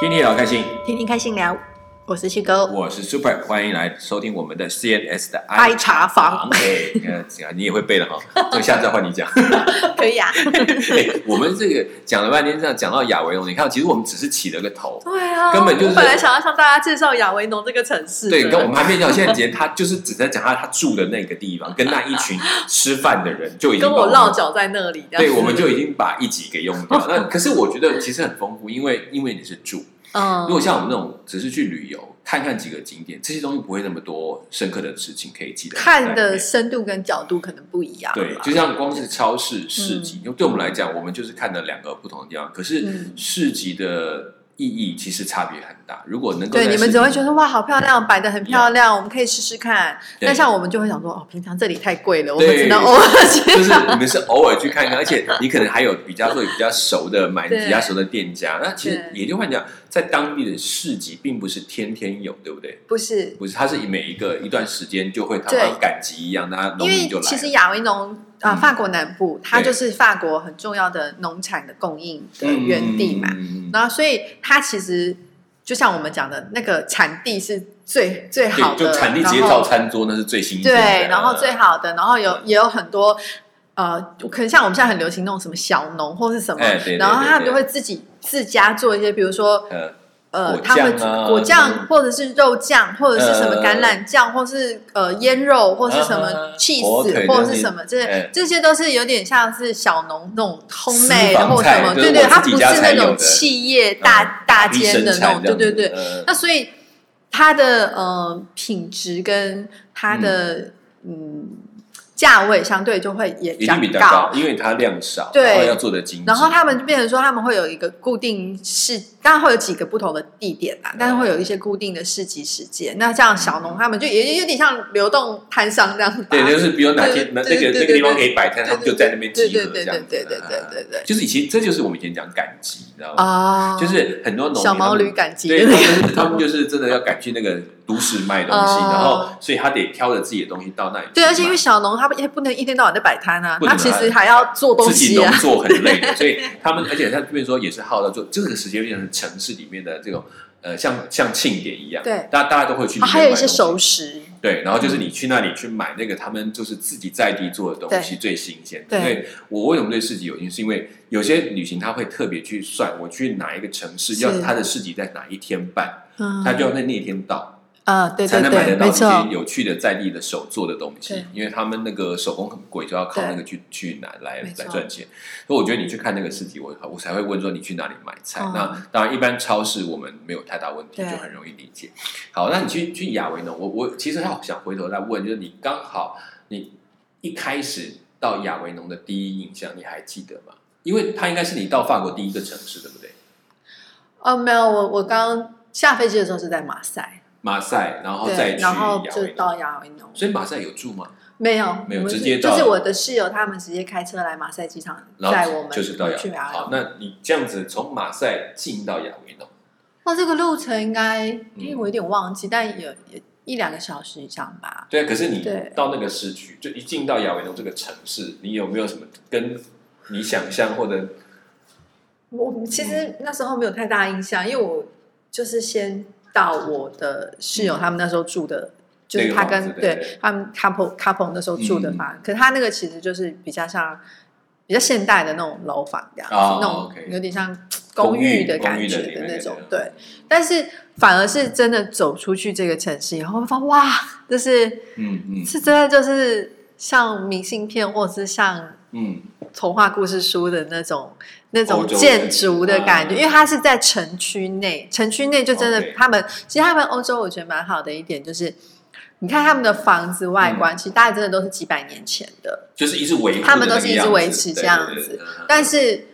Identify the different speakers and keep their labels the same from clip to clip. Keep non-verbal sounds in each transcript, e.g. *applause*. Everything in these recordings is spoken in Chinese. Speaker 1: 天天聊开心，
Speaker 2: 天天开心聊，我是旭哥。
Speaker 1: 我是 Super，欢迎来收听我们的 CNS 的
Speaker 2: 爱
Speaker 1: *laughs*
Speaker 2: 茶房
Speaker 1: 哎，呃你也会背了
Speaker 2: *laughs*
Speaker 1: 哈，这个下次再换你讲。
Speaker 2: 可以啊，
Speaker 1: 哎，我们这个讲了半天，这样讲到亚维农，你看，其实我们只是起了个头，
Speaker 2: 对啊，
Speaker 1: 根本就是
Speaker 2: 我本来想要向大家介绍亚维农这个城市的，
Speaker 1: 对，跟我们还没讲，现在直接他就是只在讲他他住的那个地方，跟那一群吃饭的人就已经
Speaker 2: 跟我
Speaker 1: 把
Speaker 2: 落脚在那里，这样
Speaker 1: 对，
Speaker 2: 子
Speaker 1: 我们就已经把一集给用
Speaker 2: *laughs*
Speaker 1: 掉。那可是我觉得其实很丰富，因为因为你是住，
Speaker 2: 嗯，
Speaker 1: 如果像我们那种只是去旅游，看看几个景点，这些东西不会那么多深刻的事情可以记得。
Speaker 2: 看的深度跟角度可能不一样啦，
Speaker 1: 对，就像光是超市、市集，因为对我们来讲，我们就是看了两个不同的地方，可是
Speaker 2: 嗯
Speaker 1: 市集的意义其实差别很大。如果能够
Speaker 2: 对
Speaker 1: 在
Speaker 2: 你们
Speaker 1: 市
Speaker 2: 只会
Speaker 1: 集
Speaker 2: 觉得哇，好漂亮，摆的很漂亮，我们可以试试看。
Speaker 1: 对
Speaker 2: 那像我们就会想说，哦，平常这里太贵了，我们
Speaker 1: 对
Speaker 2: 只能
Speaker 1: *laughs*
Speaker 2: 偶尔去。
Speaker 1: *laughs* 就是你们是偶尔去看看，而且你可能还有比较说比较熟的买
Speaker 2: 对
Speaker 1: 比较熟的店家。那其实
Speaker 2: 对
Speaker 1: 也就换讲，在当地的市集并不是天天有，对不对？
Speaker 2: 不是，
Speaker 1: 不是，它是每一个一段时间就会，它
Speaker 2: 对
Speaker 1: 像赶集一样，大家农
Speaker 2: 因
Speaker 1: 民
Speaker 2: 为
Speaker 1: 就来
Speaker 2: 其实
Speaker 1: 了。
Speaker 2: 亚维农啊、
Speaker 1: 嗯
Speaker 2: 法国南部，它
Speaker 1: 对
Speaker 2: 就是法国很重要的农产的供应的
Speaker 1: 嗯
Speaker 2: 源地嘛。
Speaker 1: 嗯嗯嗯
Speaker 2: 然后，所以它其实就像我们讲的那个产地是最最好
Speaker 1: 对，
Speaker 2: 的，
Speaker 1: 就产地直接
Speaker 2: 然
Speaker 1: 照
Speaker 2: 后
Speaker 1: 餐桌，那是最新鲜的。
Speaker 2: 对，然后最好的，然后有也有很多呃，可能像我们现在很流行那种什么小农或是什么，
Speaker 1: 哎对对
Speaker 2: 然后他
Speaker 1: 对
Speaker 2: 们
Speaker 1: 对
Speaker 2: 就会自己自家做一些，比如说
Speaker 1: 呃，
Speaker 2: 呃，
Speaker 1: 果
Speaker 2: 他们
Speaker 1: 酱啊
Speaker 2: 果
Speaker 1: 嗯
Speaker 2: 酱或者是肉酱，或者是什么
Speaker 1: 呃嗯
Speaker 2: 橄榄酱，或是呃腌肉，或是什么
Speaker 1: 啊火腿
Speaker 2: cheese，
Speaker 1: 的
Speaker 2: 或
Speaker 1: 那
Speaker 2: 是什么这
Speaker 1: 哎
Speaker 2: 些，这些都是有点像是小农那种烘焙
Speaker 1: 私房
Speaker 2: 或
Speaker 1: 菜
Speaker 2: 什么，
Speaker 1: 就是
Speaker 2: 对对，
Speaker 1: 我
Speaker 2: 它
Speaker 1: 自己
Speaker 2: 不是
Speaker 1: 家才
Speaker 2: 那
Speaker 1: 有
Speaker 2: 种
Speaker 1: 的
Speaker 2: 企业大大
Speaker 1: 低
Speaker 2: 间
Speaker 1: 生
Speaker 2: 的
Speaker 1: 产
Speaker 2: 那种，
Speaker 1: 这
Speaker 2: 对
Speaker 1: 样
Speaker 2: 对
Speaker 1: 子
Speaker 2: 对，
Speaker 1: 呃
Speaker 2: 那所以它的呃品质跟它的嗯价位相对就会也比
Speaker 1: 一
Speaker 2: 较
Speaker 1: 定比较高，因为它量少，
Speaker 2: 对
Speaker 1: 然后要做的精致。
Speaker 2: 然后他们就变成说，他们会有一个固定市，当然会有几个不同的地点
Speaker 1: 嗯
Speaker 2: 啦，但是会有一些固定的市集时间。那这样小农他们就也有点像流动摊商这样吧。
Speaker 1: 对，就是比如哪些
Speaker 2: 对
Speaker 1: 那那
Speaker 2: 对
Speaker 1: 个
Speaker 2: 对
Speaker 1: 那个
Speaker 2: 对
Speaker 1: 地方可
Speaker 2: 对
Speaker 1: 以摆摊，他们就在那边集
Speaker 2: 对对
Speaker 1: 合这
Speaker 2: 对对
Speaker 1: 样
Speaker 2: 对
Speaker 1: 子。
Speaker 2: 对对对对对
Speaker 1: 就是以前这就是我们以前讲赶集，你知道吗？
Speaker 2: 啊，
Speaker 1: 就是很多农民
Speaker 2: 小毛驴
Speaker 1: 赶
Speaker 2: 赶集
Speaker 1: 对，
Speaker 2: 的
Speaker 1: 他
Speaker 2: 那
Speaker 1: 们
Speaker 2: 个
Speaker 1: 就是他们就是真的要赶去那个都市卖东西，
Speaker 2: 哦
Speaker 1: 然后所以他得挑着自己的东西到那里去卖。
Speaker 2: 对，而且因为小农他们也不能一天到晚在摆摊啊，
Speaker 1: 不能啊
Speaker 2: 他其实还要做东
Speaker 1: 自己
Speaker 2: 西
Speaker 1: 农
Speaker 2: 啊。
Speaker 1: 作很累的，所以他们而且他这边说也是耗到做这个时间变成城市里面的这种呃像像庆典一样，
Speaker 2: 对
Speaker 1: 大大家都会去里面
Speaker 2: 啊还有一
Speaker 1: 买
Speaker 2: 些
Speaker 1: 东西
Speaker 2: 熟食，
Speaker 1: 对，然后
Speaker 2: 嗯
Speaker 1: 就是你去那里去买那个他们就是自己在地做的东西最新鲜。
Speaker 2: 对
Speaker 1: 因为我为什么对市集有兴趣，是因为有些旅行他会特别去算，我去哪一个城市，
Speaker 2: 是
Speaker 1: 要他的市集在哪一天办，
Speaker 2: 嗯，
Speaker 1: 他就要在那天到，
Speaker 2: 啊，对
Speaker 1: 才
Speaker 2: 对
Speaker 1: 能买得
Speaker 2: 对，
Speaker 1: 到
Speaker 2: 没
Speaker 1: 一
Speaker 2: 错
Speaker 1: 些，有趣的在地的手做的东西
Speaker 2: 对。
Speaker 1: 因为他们那个手工很贵，就要靠那个去去拿来
Speaker 2: 没
Speaker 1: 来
Speaker 2: 错
Speaker 1: 赚钱。所以我觉得你去看那个市集，我我才会问说你去哪里买菜。
Speaker 2: 嗯
Speaker 1: 那当然，一般超市我们没有太大问题，
Speaker 2: 对
Speaker 1: 就很容易理解。好，那你去去亚维农，我我其实要想回头再问，就是你刚好你一开始到亚维农的第一印象，你还记得吗？因为它应该是你到法国第一个城市，对不对？
Speaker 2: 哦，没有，我我刚下飞机的时候是在马赛，
Speaker 1: 马赛，然后再
Speaker 2: 对，
Speaker 1: 哦去
Speaker 2: 然后
Speaker 1: 亚
Speaker 2: 就
Speaker 1: 维农，
Speaker 2: 到亚维农，
Speaker 1: 所以马赛有住吗？
Speaker 2: 没有，
Speaker 1: 没有
Speaker 2: 我们是
Speaker 1: 直接到
Speaker 2: 就是我的室友他们直接开车来马赛机场
Speaker 1: 然
Speaker 2: 载
Speaker 1: 后
Speaker 2: 我们
Speaker 1: 就是到亚
Speaker 2: 去亚维
Speaker 1: 好，
Speaker 2: 农。
Speaker 1: 那你这样子从马赛进到亚哦维农，
Speaker 2: 那这个路程应该，因为
Speaker 1: 嗯
Speaker 2: 我有点忘记，但有有一两个小时以上吧。
Speaker 1: 对啊，可是你
Speaker 2: 对
Speaker 1: 到那个市区，就一进到亚维农这个城市，你有没有什么跟你想象或者
Speaker 2: 我其
Speaker 1: 嗯
Speaker 2: 实那时候没有太大印象，因为我就是先到我的室友
Speaker 1: 嗯
Speaker 2: 他们那时候住的，就
Speaker 1: 那
Speaker 2: 是
Speaker 1: 个
Speaker 2: 他
Speaker 1: 房
Speaker 2: 跟
Speaker 1: 子对对嗯
Speaker 2: 对他们 couple couple 那时候住的房，可是他那个其实就是比较像比较现代的那种楼房这样子，
Speaker 1: 哦
Speaker 2: 那种
Speaker 1: OK
Speaker 2: 有点像
Speaker 1: 公
Speaker 2: 公
Speaker 1: 寓
Speaker 2: 寓的
Speaker 1: 公
Speaker 2: 感
Speaker 1: 寓的
Speaker 2: 觉
Speaker 1: 里面
Speaker 2: 的那
Speaker 1: 那
Speaker 2: 种
Speaker 1: 种，
Speaker 2: 对。但是反而是真的走出去这个城市以后，会发现哇，就是
Speaker 1: 嗯嗯
Speaker 2: 是真的就是像明信片或者是像
Speaker 1: 嗯
Speaker 2: 童话故事书的那种那
Speaker 1: 欧
Speaker 2: 种
Speaker 1: 洲的
Speaker 2: 建筑的感觉，
Speaker 1: 嗯
Speaker 2: 因为它是在城区内，城区内就真的
Speaker 1: OK
Speaker 2: 他们其实他们欧洲我觉得蛮好的一点就是，你看他们的房子外观，
Speaker 1: 嗯
Speaker 2: 其实大概真的都是几百年前的，
Speaker 1: 就是一直维护的那个样子，
Speaker 2: 他们都是一直维持这样
Speaker 1: 对对对
Speaker 2: 子
Speaker 1: 对嗯
Speaker 2: 但是。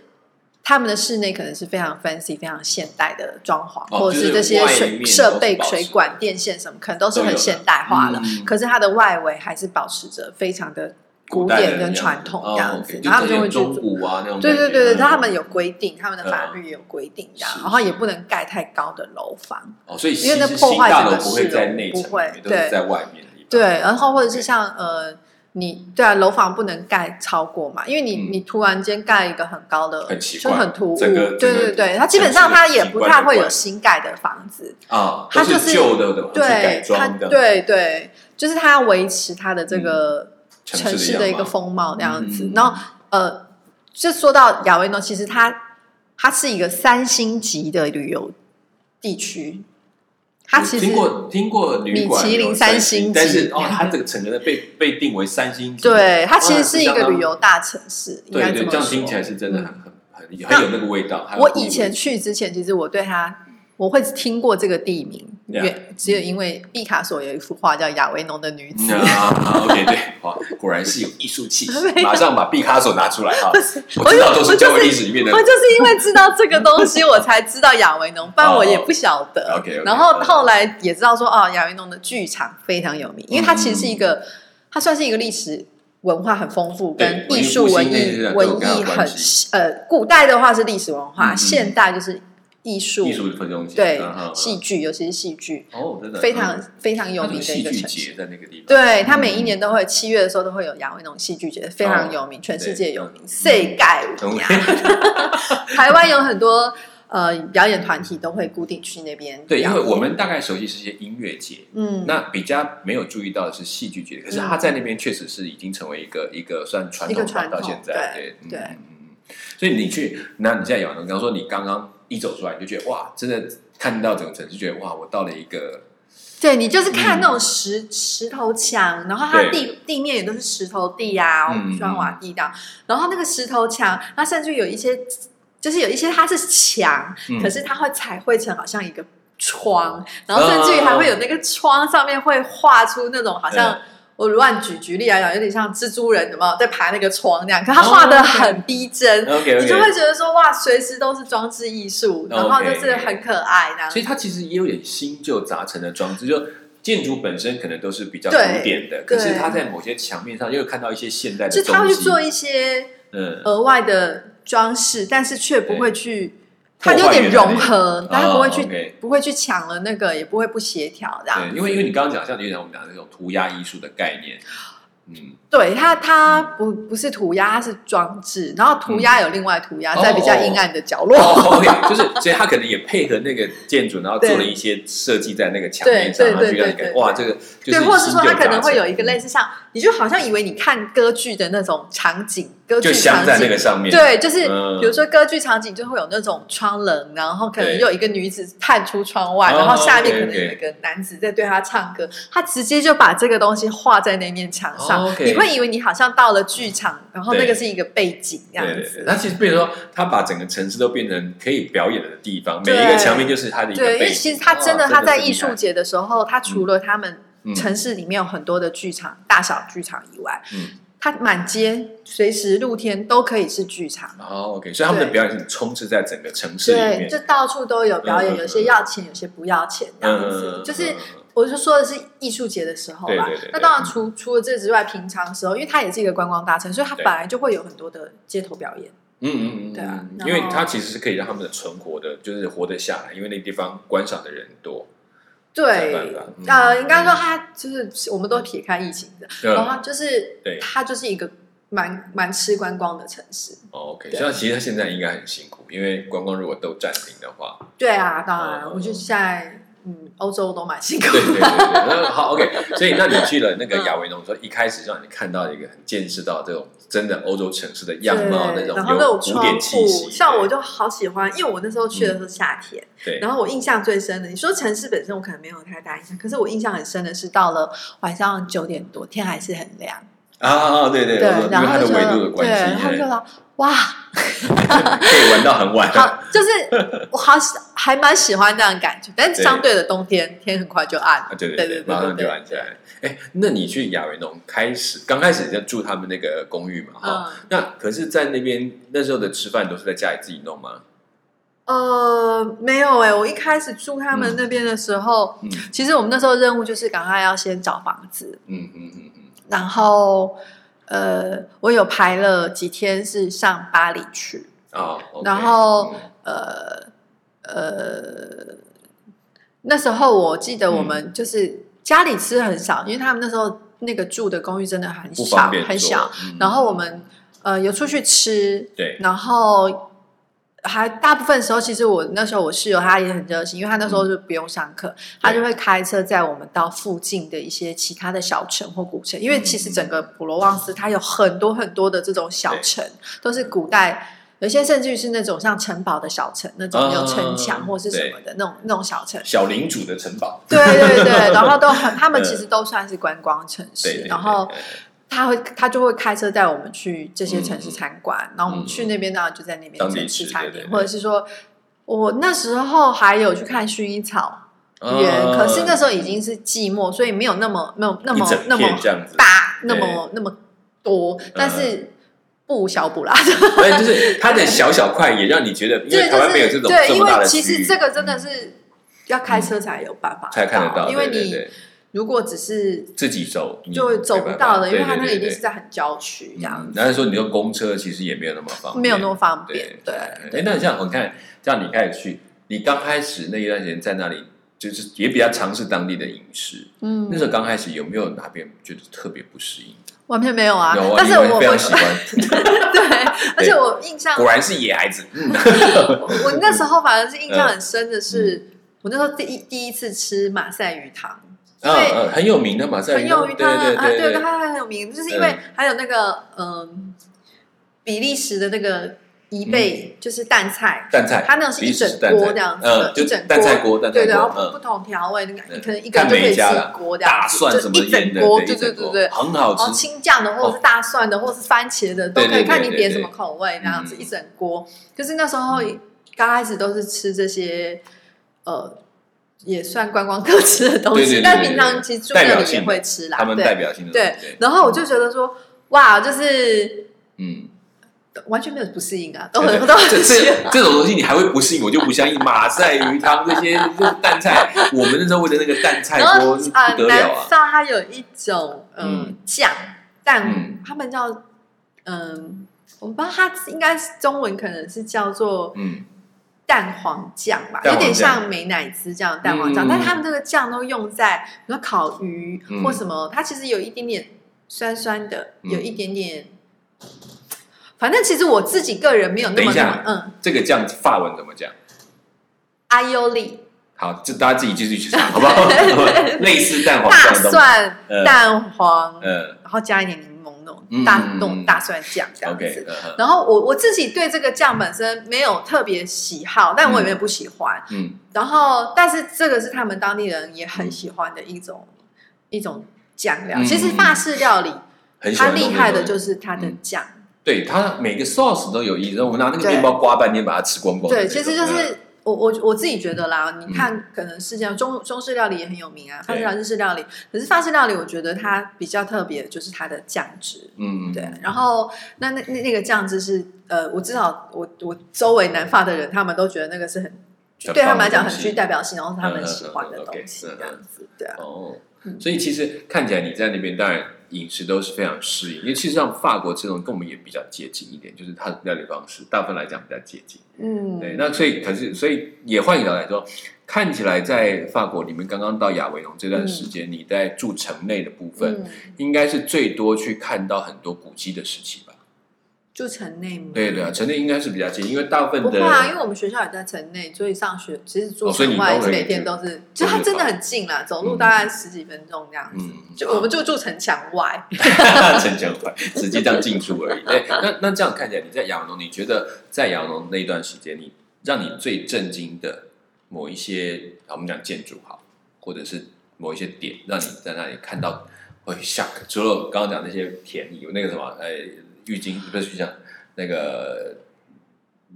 Speaker 2: 他们的室内可能是非常 fancy、非常现代的装潢，
Speaker 1: 哦
Speaker 2: 或者
Speaker 1: 就是
Speaker 2: 是这些
Speaker 1: 外面
Speaker 2: 水
Speaker 1: 都是
Speaker 2: 设备、
Speaker 1: 保持
Speaker 2: 水管、电线什么，可能都是
Speaker 1: 都有
Speaker 2: 很
Speaker 1: 的
Speaker 2: 现代化了。
Speaker 1: 嗯
Speaker 2: 可是它的外围还是保持着非常的古
Speaker 1: 代的
Speaker 2: 典
Speaker 1: 那样
Speaker 2: 跟
Speaker 1: 子
Speaker 2: 传统
Speaker 1: 哦
Speaker 2: 这样子
Speaker 1: OK，，
Speaker 2: 然后他
Speaker 1: 就
Speaker 2: 们就
Speaker 1: 有
Speaker 2: 会
Speaker 1: 点中
Speaker 2: 去做
Speaker 1: 古啊那种感
Speaker 2: 对
Speaker 1: 觉，
Speaker 2: 对对对，
Speaker 1: 嗯
Speaker 2: 他们有规定，他们的法
Speaker 1: 嗯
Speaker 2: 律也有规定这样，
Speaker 1: 是
Speaker 2: 然后也不能盖太高的楼房，
Speaker 1: 哦，所以
Speaker 2: 因
Speaker 1: 新
Speaker 2: 为那
Speaker 1: 新
Speaker 2: 破坏
Speaker 1: 大
Speaker 2: 整
Speaker 1: 楼
Speaker 2: 个
Speaker 1: 不会
Speaker 2: 市
Speaker 1: 在
Speaker 2: 容
Speaker 1: 内
Speaker 2: 不
Speaker 1: 城里
Speaker 2: 会
Speaker 1: 面，都是
Speaker 2: 对
Speaker 1: 在外面的地方。
Speaker 2: 对，然后或者是像呃你对啊，楼房不能盖超过嘛，因为你、
Speaker 1: 嗯
Speaker 2: 你突然间盖一个很高的，
Speaker 1: 很奇
Speaker 2: 就
Speaker 1: 怪
Speaker 2: 很突兀。
Speaker 1: 整个
Speaker 2: 对
Speaker 1: 整个
Speaker 2: 对对，它基本上它也不
Speaker 1: 整个景观
Speaker 2: 太会
Speaker 1: 就怪
Speaker 2: 有新盖的房子，
Speaker 1: 啊，
Speaker 2: 它
Speaker 1: 都
Speaker 2: 就是是
Speaker 1: 旧的的，或是改
Speaker 2: 对它
Speaker 1: 装的，
Speaker 2: 对对，就是它要维持它的这
Speaker 1: 嗯
Speaker 2: 个城
Speaker 1: 城
Speaker 2: 市
Speaker 1: 市
Speaker 2: 的
Speaker 1: 的
Speaker 2: 一个风貌这样子。
Speaker 1: 嗯
Speaker 2: 然后呃，就说到亚维诺，其实它它是一个三星级的旅游地区，它
Speaker 1: 我
Speaker 2: 其实
Speaker 1: 听过听过旅馆
Speaker 2: 米其林
Speaker 1: 有
Speaker 2: 三
Speaker 1: 星
Speaker 2: 星级
Speaker 1: 但是哦
Speaker 2: 嗯，
Speaker 1: 它这个整个的被被定为三星级，
Speaker 2: 对它其
Speaker 1: 哇
Speaker 2: 实是一
Speaker 1: 相
Speaker 2: 个
Speaker 1: 当
Speaker 2: 旅游大城市，应该
Speaker 1: 嗯对
Speaker 2: 这
Speaker 1: 对，
Speaker 2: 么
Speaker 1: 这
Speaker 2: 说
Speaker 1: 样。听起来是真的很很很
Speaker 2: 那
Speaker 1: 很有那个味道。还有
Speaker 2: 我
Speaker 1: 故意
Speaker 2: 以前去之前，其实我对他，我会听过这个地名，
Speaker 1: Yeah
Speaker 2: 原只有因为毕卡索有一幅画叫《亚维农的女子
Speaker 1: 嗯》啊 *laughs* 啊，OK，对， *laughs* 好，果然是有艺术
Speaker 2: *laughs*
Speaker 1: 气息，马上把毕卡索拿出来哈。我知道都是教育历史里面的
Speaker 2: 我哦就是因为知道这个东西，我才知道亚维农，不然我也不晓得。
Speaker 1: 哦，OK，OK，嗯
Speaker 2: 然后后来也知道说，哦，亚维农的剧场非常有名，因为它其实是一个，它算是一个历史。文化很丰富，
Speaker 1: 对
Speaker 2: 跟艺术、
Speaker 1: 文
Speaker 2: 文
Speaker 1: 艺复兴那
Speaker 2: 艺
Speaker 1: 些、都有
Speaker 2: 文
Speaker 1: 跟它有
Speaker 2: 艺很
Speaker 1: 关系
Speaker 2: 呃，古代的话是历史文
Speaker 1: 嗯
Speaker 2: 化，
Speaker 1: 嗯
Speaker 2: 现代就是艺术
Speaker 1: 艺，术分钟节，
Speaker 2: 对
Speaker 1: 嗯哼
Speaker 2: 戏剧，尤其是戏剧，
Speaker 1: 哦，真的
Speaker 2: 非常
Speaker 1: 嗯
Speaker 2: 非常有
Speaker 1: 它这
Speaker 2: 名
Speaker 1: 个
Speaker 2: 的
Speaker 1: 戏
Speaker 2: 一个
Speaker 1: 剧
Speaker 2: 城市
Speaker 1: 节。嗯在那个地方，
Speaker 2: 对他每一年都会七月的时候都会有亚维农戏剧节，非常有名，全世界有名，世界有
Speaker 1: 哦嗯
Speaker 2: 名啊。台湾有很多呃表演团体都会固定去那边。
Speaker 1: 对，因为我们大概熟悉是一些音乐节，
Speaker 2: 嗯，
Speaker 1: 那比较没有注意到的是戏剧节，可是他在那边确实是已经成为一个一个算传
Speaker 2: 嗯一
Speaker 1: 统
Speaker 2: 个传
Speaker 1: 吧，
Speaker 2: 统
Speaker 1: 到现在，对嗯嗯
Speaker 2: 对
Speaker 1: 嗯所以你去，那你现在有，你刚说你刚刚一走出来，你就觉得哇，真的看到整个城市，觉得哇，我到了一个
Speaker 2: 对你就是看那种石、石头墙，然后它
Speaker 1: 对
Speaker 2: 地地面也都是石头地啊，
Speaker 1: 嗯
Speaker 2: 砖瓦地这样，然后那个石头墙，它甚至有一些就是有一些它是墙，
Speaker 1: 嗯
Speaker 2: 可是它会彩绘成好像一个窗，然后甚至于还会有那个窗上面会画出那种好像
Speaker 1: 嗯。
Speaker 2: 我乱举举例来讲，有点像蜘蛛人，有没有在爬那个窗那样？可
Speaker 1: 哦
Speaker 2: 它画的很逼真，
Speaker 1: OK
Speaker 2: 你就会
Speaker 1: OK。
Speaker 2: 觉得说哇，随时都是装置艺术，然后就是很可爱那
Speaker 1: *laughs*
Speaker 2: 样。
Speaker 1: 所以它其实也有点新旧杂陈的装置，就建筑本身可能都是比较古
Speaker 2: 对
Speaker 1: 典的，可
Speaker 2: 对
Speaker 1: 是它在某些墙面上又看到一些现代的
Speaker 2: 就
Speaker 1: 东西，
Speaker 2: 他会去做一些
Speaker 1: 嗯，
Speaker 2: 额外的装饰，但是却不会去，
Speaker 1: 破
Speaker 2: 它
Speaker 1: 坏
Speaker 2: 有点
Speaker 1: 原来的
Speaker 2: 融合，但它不会去、
Speaker 1: 哦，OK
Speaker 2: 不会去抢了那个，也不会不协调这样。
Speaker 1: 对，因为因为你刚刚讲像你讲我们讲的那种涂鸦艺术的概念，嗯，
Speaker 2: 对它它不不是涂鸦，它是装置，然后涂鸦有另外涂鸦，
Speaker 1: 哦
Speaker 2: 在比较阴暗的角落。
Speaker 1: 哦，OK，就是，所以他可能也配合那个建筑，然后做了一些设计在那个墙面上，
Speaker 2: 对
Speaker 1: 然后
Speaker 2: 对
Speaker 1: 去让你感
Speaker 2: 对对
Speaker 1: 觉
Speaker 2: 对
Speaker 1: 哇，这个就是
Speaker 2: 对，或者是说
Speaker 1: 新旧
Speaker 2: 它可能会有
Speaker 1: 杂
Speaker 2: 一个类似像，你就好像以为你看歌剧的那种场景，歌
Speaker 1: 陈就
Speaker 2: 剧
Speaker 1: 镶
Speaker 2: 场
Speaker 1: 在
Speaker 2: 景
Speaker 1: 那个上面，
Speaker 2: 对，就是
Speaker 1: 嗯
Speaker 2: 比如说歌剧场景就会有那种窗棱，然后可能
Speaker 1: 对
Speaker 2: 有一个女子探出窗外，
Speaker 1: 哦
Speaker 2: 然后下面
Speaker 1: OK，
Speaker 2: 可能有一个男子在对她唱歌，她直接就把这个东西画在那面墙上
Speaker 1: 哦，，OK
Speaker 2: 你会以为你好像到了剧场，然后那
Speaker 1: 对
Speaker 2: 个是一个背景这样
Speaker 1: 对对对
Speaker 2: 子。
Speaker 1: 那其实变成说，他把整个城市都变成可以表演的地方，每一个
Speaker 2: 对
Speaker 1: 墙面就是他的一个
Speaker 2: 对，因
Speaker 1: 背
Speaker 2: 为
Speaker 1: 景。
Speaker 2: 其实他真的
Speaker 1: 哇
Speaker 2: 他在
Speaker 1: 是厉害
Speaker 2: 艺术节的时候，他除了他们
Speaker 1: 嗯
Speaker 2: 城市里面有很多的剧场、大小剧场以外，
Speaker 1: 嗯，
Speaker 2: 他满街随时露天都可以是剧场。
Speaker 1: 哦，OK，所以他们的
Speaker 2: 对
Speaker 1: 表演是充斥在整个城市里
Speaker 2: 对，
Speaker 1: 面，
Speaker 2: 就到处都有表演，
Speaker 1: 嗯嗯嗯
Speaker 2: 有些要钱，有些不要钱，这样子。
Speaker 1: 嗯
Speaker 2: 就是我就说的是艺术节的时候吧
Speaker 1: 对对对对。
Speaker 2: 那当然除除了这之外，平常时候，因为它也是一个观光大城，所以它
Speaker 1: 对
Speaker 2: 本来就会有很多的街头表演。
Speaker 1: 嗯嗯嗯，
Speaker 2: 对啊
Speaker 1: 嗯
Speaker 2: 然
Speaker 1: 因
Speaker 2: 后
Speaker 1: 为它其实是可以让他们的存活的，就是活得下来，因为那地方观赏的人多，没办
Speaker 2: 对
Speaker 1: 法嗯，
Speaker 2: 呃，应该说它就是我们都撇开疫情的，
Speaker 1: 对
Speaker 2: 然后它就是
Speaker 1: 对
Speaker 2: 它就是一个蛮蛮吃观光的城市。
Speaker 1: 哦 OK，
Speaker 2: 对啊
Speaker 1: 所以其实他现在应该很辛苦，因为观光如果都暂停的话， *laughs*
Speaker 2: 对啊，当然，
Speaker 1: 嗯
Speaker 2: 我觉得现在嗯，欧洲都蛮辛苦
Speaker 1: 对对
Speaker 2: 的。
Speaker 1: 对对对，那好 OK。所以那你去了那个
Speaker 2: 嗯
Speaker 1: 亚维农，说一开始让你看到一个很见识到这种真的欧洲城市的样貌，
Speaker 2: 对
Speaker 1: 种
Speaker 2: 然后那
Speaker 1: 有
Speaker 2: 种
Speaker 1: 古
Speaker 2: 窗
Speaker 1: 典气
Speaker 2: 户，
Speaker 1: 息，
Speaker 2: 像我
Speaker 1: 对嗯
Speaker 2: 就好喜欢，因为我那时候去的是夏天，
Speaker 1: 对，
Speaker 2: 然后我印象最深的，你说城市本身我可能没有太大印象，可是我印象很深的是到了晚上九点多，天还是很亮，
Speaker 1: 啊对对，我说因
Speaker 2: 然
Speaker 1: 为它
Speaker 2: 后
Speaker 1: 的
Speaker 2: 就觉
Speaker 1: 纬度
Speaker 2: 得
Speaker 1: 的，关
Speaker 2: 对，然后就
Speaker 1: 系，
Speaker 2: 觉得哇，
Speaker 1: 可以玩到很晚。
Speaker 2: 好，就是我好喜，还蛮喜欢那样的感觉，但是相对的冬天天很快就暗
Speaker 1: *laughs* 啊，
Speaker 2: 了，
Speaker 1: 对
Speaker 2: 对
Speaker 1: 对，
Speaker 2: 对，
Speaker 1: 马上就
Speaker 2: 对
Speaker 1: 玩起来。哎，那你去亚维农开始，刚开始你在住他们那个公寓嘛，哈。
Speaker 2: 嗯
Speaker 1: 那可是，在那边那时候的吃饭都是在家里自己弄吗？
Speaker 2: 呃，没有哎、我一开始住他们那边的时候，
Speaker 1: 嗯
Speaker 2: 其实我们那时候任务就是赶快要先找房子，
Speaker 1: 嗯嗯嗯嗯，
Speaker 2: 然后呃，我有排了几天是上巴黎去，
Speaker 1: 啊，OK，
Speaker 2: 然后
Speaker 1: 嗯
Speaker 2: 呃呃，
Speaker 1: 嗯
Speaker 2: 那时候我记得我们就是家里吃很少，因为他们那时候那个住的公寓真的很
Speaker 1: 不
Speaker 2: 小
Speaker 1: 方便
Speaker 2: 很
Speaker 1: 做
Speaker 2: 小，，
Speaker 1: 嗯
Speaker 2: 然后我们呃有出去吃，
Speaker 1: 对
Speaker 2: 然后还大部分时候，其实我那时候我室友他也很热心，因为他那时候就不用上
Speaker 1: 嗯
Speaker 2: 课，他就会开车载我们到附近的一些其他的小城或古城，
Speaker 1: 嗯
Speaker 2: 因为其实整个普罗旺斯它有很多很多的这种小城，都是古代。有些甚至于是那种像城堡的小城，那种有城墙
Speaker 1: 嗯
Speaker 2: 或是什么的那种那种小城，
Speaker 1: 小领主的城 *laughs* 堡，
Speaker 2: 对对对，然后都很，他们
Speaker 1: 嗯
Speaker 2: 其实都算是观光城市，
Speaker 1: 对，对
Speaker 2: 然后
Speaker 1: 对对
Speaker 2: 他会他就会开车带我们去这些城市参观，然后
Speaker 1: 嗯
Speaker 2: 我们去那边当然就在那边
Speaker 1: 当地
Speaker 2: 城市
Speaker 1: 吃
Speaker 2: 餐
Speaker 1: 对
Speaker 2: 点，
Speaker 1: 对
Speaker 2: 或者是说我那时候还有去看薰衣草园，可是那时候已经是季末，所以没有那么没有那
Speaker 1: 啊一
Speaker 2: 么
Speaker 1: 整
Speaker 2: 那么
Speaker 1: 片这样子，
Speaker 2: 大
Speaker 1: 对嗯
Speaker 2: 那么那么多，但是不小补啦，
Speaker 1: 所以哎就是它的小小块也让你觉得，因为
Speaker 2: 对，
Speaker 1: 台湾没有
Speaker 2: 就
Speaker 1: 这
Speaker 2: 是
Speaker 1: 种
Speaker 2: 对，
Speaker 1: 这
Speaker 2: 因
Speaker 1: 么大
Speaker 2: 为
Speaker 1: 的
Speaker 2: 其
Speaker 1: 区域嗯
Speaker 2: 实这个真的是要开车才有办法
Speaker 1: 才看得到，
Speaker 2: 因为
Speaker 1: 对对
Speaker 2: 你
Speaker 1: 对
Speaker 2: 如果只是
Speaker 1: 自己走你
Speaker 2: 就走不到的，因
Speaker 1: 没
Speaker 2: 为
Speaker 1: 办法
Speaker 2: 它那
Speaker 1: 对对
Speaker 2: 个一定
Speaker 1: 对
Speaker 2: 是在很郊区这样
Speaker 1: 嗯
Speaker 2: 子。
Speaker 1: 然后说你用公车其实也没有那么方便，
Speaker 2: 没有那么方
Speaker 1: 嗯对
Speaker 2: 便。对，
Speaker 1: 哎，那你像我看，像你开始去，你刚开始那一段时间在那里，就是也比较尝试当地的饮食。
Speaker 2: 嗯
Speaker 1: 那时候刚开始有没有哪边觉得特别不适应？
Speaker 2: 完全没有啊。
Speaker 1: 有啊，
Speaker 2: 但是
Speaker 1: 因为
Speaker 2: 我
Speaker 1: 非常
Speaker 2: 我
Speaker 1: 喜欢，
Speaker 2: *laughs* 对，而且我印象，
Speaker 1: 果然是野孩
Speaker 2: *laughs*
Speaker 1: 子。嗯，
Speaker 2: 我我那时候反而是印象很深的是，我那时候第一第一次吃马赛鱼汤，因
Speaker 1: 嗯
Speaker 2: 为
Speaker 1: 嗯，很有名的马赛
Speaker 2: 很
Speaker 1: 鱼
Speaker 2: 有
Speaker 1: 汤，
Speaker 2: 鱼
Speaker 1: 对
Speaker 2: 汤啊，
Speaker 1: 对
Speaker 2: 啊
Speaker 1: 对嗯
Speaker 2: 对，
Speaker 1: 对，
Speaker 2: 它很有名，就是因为还有那个嗯，比利时的那个贻
Speaker 1: 嗯
Speaker 2: 贝，就是蛋菜。
Speaker 1: 蛋菜，
Speaker 2: 它那种是一整锅这样子
Speaker 1: 嗯，，
Speaker 2: 的一
Speaker 1: 就
Speaker 2: 整
Speaker 1: 蛋菜
Speaker 2: 锅，
Speaker 1: 锅，蛋菜
Speaker 2: 对对，然
Speaker 1: 锅，
Speaker 2: 后不
Speaker 1: 嗯，
Speaker 2: 同调味，那个
Speaker 1: 嗯
Speaker 2: 可能一个
Speaker 1: 看
Speaker 2: 人就可
Speaker 1: 每
Speaker 2: 以
Speaker 1: 家
Speaker 2: 吃
Speaker 1: 啦
Speaker 2: 一锅这
Speaker 1: 大
Speaker 2: 样子，
Speaker 1: 蒜
Speaker 2: 就
Speaker 1: 什么
Speaker 2: 一
Speaker 1: 腌
Speaker 2: 整
Speaker 1: 的，
Speaker 2: 锅，
Speaker 1: 一
Speaker 2: 对对
Speaker 1: 整
Speaker 2: 对
Speaker 1: 锅
Speaker 2: 对，
Speaker 1: 很好
Speaker 2: 然后
Speaker 1: 吃。哦
Speaker 2: 青酱的或者是大蒜的或者是番茄的都可
Speaker 1: 对对
Speaker 2: 以，看你
Speaker 1: 对
Speaker 2: 点
Speaker 1: 对
Speaker 2: 什么口味这样子，
Speaker 1: 嗯
Speaker 2: 一整锅。就是那时候刚开始都是吃这些，呃，也算观光客 *laughs* 吃的东
Speaker 1: 对对
Speaker 2: 西
Speaker 1: 对，
Speaker 2: 但
Speaker 1: 对
Speaker 2: 平
Speaker 1: 对
Speaker 2: 常其实住那里也会吃
Speaker 1: 他
Speaker 2: 啦，
Speaker 1: 们代
Speaker 2: 对
Speaker 1: 表嗯性的
Speaker 2: 对
Speaker 1: 东西，。
Speaker 2: 然后我就觉得说，哇，就是
Speaker 1: 嗯，
Speaker 2: 完全没有不适应啊，都
Speaker 1: 对
Speaker 2: 很都
Speaker 1: 这
Speaker 2: 很喜欢 *laughs*
Speaker 1: 这这种东西你还会不信？我就不相信马赛鱼汤这
Speaker 2: *laughs*
Speaker 1: 些就是蛋菜，我们那时候为了那个蛋菜
Speaker 2: 然后
Speaker 1: 锅是
Speaker 2: 啊，
Speaker 1: 不得
Speaker 2: 南
Speaker 1: 了啊！
Speaker 2: 沙它有一种呃
Speaker 1: 嗯
Speaker 2: 酱蛋
Speaker 1: 嗯，
Speaker 2: 他们叫嗯，我不知道它应该是中文可能是叫做
Speaker 1: 嗯，
Speaker 2: 蛋黄酱吧，
Speaker 1: 蛋
Speaker 2: 有
Speaker 1: 黄酱
Speaker 2: 点像美乃滋这样的蛋黄
Speaker 1: 嗯
Speaker 2: 酱，
Speaker 1: 嗯
Speaker 2: 但他们这个酱都用在比如说烤鱼
Speaker 1: 嗯
Speaker 2: 或什么，它其实有一点点酸酸的，
Speaker 1: 嗯
Speaker 2: 有一点点。反正其实我自己个人没有那
Speaker 1: 等
Speaker 2: 么
Speaker 1: 一
Speaker 2: 那
Speaker 1: 下
Speaker 2: 么嗯，
Speaker 1: 这个酱法文怎么讲？
Speaker 2: 阿尤利
Speaker 1: 好，这大家自己继续去查，好不
Speaker 2: *laughs*
Speaker 1: 好？ *laughs* 类似蛋黄
Speaker 2: 大
Speaker 1: 哦酱的东西，
Speaker 2: 蒜
Speaker 1: 嗯
Speaker 2: 蛋黄，
Speaker 1: 嗯
Speaker 2: 然后加一点柠檬那种
Speaker 1: 嗯
Speaker 2: 大
Speaker 1: 嗯嗯
Speaker 2: 那种大蒜酱这样
Speaker 1: ，OK，
Speaker 2: 子。
Speaker 1: 嗯嗯
Speaker 2: 然后我我自己对这个酱本身没有特别喜好，但我也没有不喜欢。
Speaker 1: 嗯，
Speaker 2: 然后，但是这个是他们当地人也很喜欢的一种、一种酱料。
Speaker 1: 嗯
Speaker 2: 其实法式料理
Speaker 1: 很喜
Speaker 2: 它
Speaker 1: 欢，
Speaker 2: 厉害的就是是它
Speaker 1: 嗯
Speaker 2: 的酱，
Speaker 1: 对它每个 sauce 都有意思，我拿那个
Speaker 2: 对
Speaker 1: 面包刮半天把它吃光光的嗯那
Speaker 2: 对，
Speaker 1: 种。
Speaker 2: 其实就
Speaker 1: 嗯
Speaker 2: 是。我我我自己觉得啦，你看，可能是这样，中中式料理也很有名啊，法式料理、日式料理，可是法式料理，我觉得它比较特别，就是它的酱汁。
Speaker 1: 嗯，
Speaker 2: 对，然后那那那那个酱汁是呃，我至少我我周围南法的人，他们都觉得那个是很
Speaker 1: 很
Speaker 2: 对他
Speaker 1: 棒
Speaker 2: 们来
Speaker 1: 的
Speaker 2: 讲
Speaker 1: 东
Speaker 2: 很
Speaker 1: 西
Speaker 2: 具代表性，然后是他
Speaker 1: 嗯嗯
Speaker 2: 们
Speaker 1: 嗯
Speaker 2: 喜欢的
Speaker 1: 嗯
Speaker 2: 东
Speaker 1: ，OK，
Speaker 2: 西
Speaker 1: 嗯
Speaker 2: 这样子，对啊，
Speaker 1: 哦，
Speaker 2: 嗯
Speaker 1: 所以其实看起来你在那边当然饮食都是非常适应，因为其实像法国这种跟我们也比较接近一点，就是它的料理方式大部分来讲比较接近。
Speaker 2: 嗯，
Speaker 1: 对，那所以可是所以也换一个角度来说，看起来在法国，你们刚刚到亚维农这段时间，你在住城内的部分，
Speaker 2: 嗯，
Speaker 1: 应该是最多去看到很多古迹的时期吧？
Speaker 2: 住城内吗？
Speaker 1: 对对啊，城内应该是比较接近，因为大部
Speaker 2: 不
Speaker 1: 分
Speaker 2: 会
Speaker 1: 的
Speaker 2: 啊，因为我们学校也在城内，所以上学其实住
Speaker 1: 哦所以你
Speaker 2: 城外
Speaker 1: 都
Speaker 2: 是
Speaker 1: 可以
Speaker 2: 每天
Speaker 1: 去
Speaker 2: 都是，就它真的很近啦，走路大概十几分钟这样子。
Speaker 1: 嗯
Speaker 2: 就我
Speaker 1: *laughs*
Speaker 2: 们就住城墙外，
Speaker 1: 城墙块， *laughs* 直接这样进出而已。对，那那这样看起来，你在亚农，你觉得在亚农那一段时间，你让你最震惊的某一些，啊我们讲建筑好，或者是某一些点，让你在那里看到会 shock。除了刚刚讲那些田，有那个什么，呃，郁金不是郁金香，那个。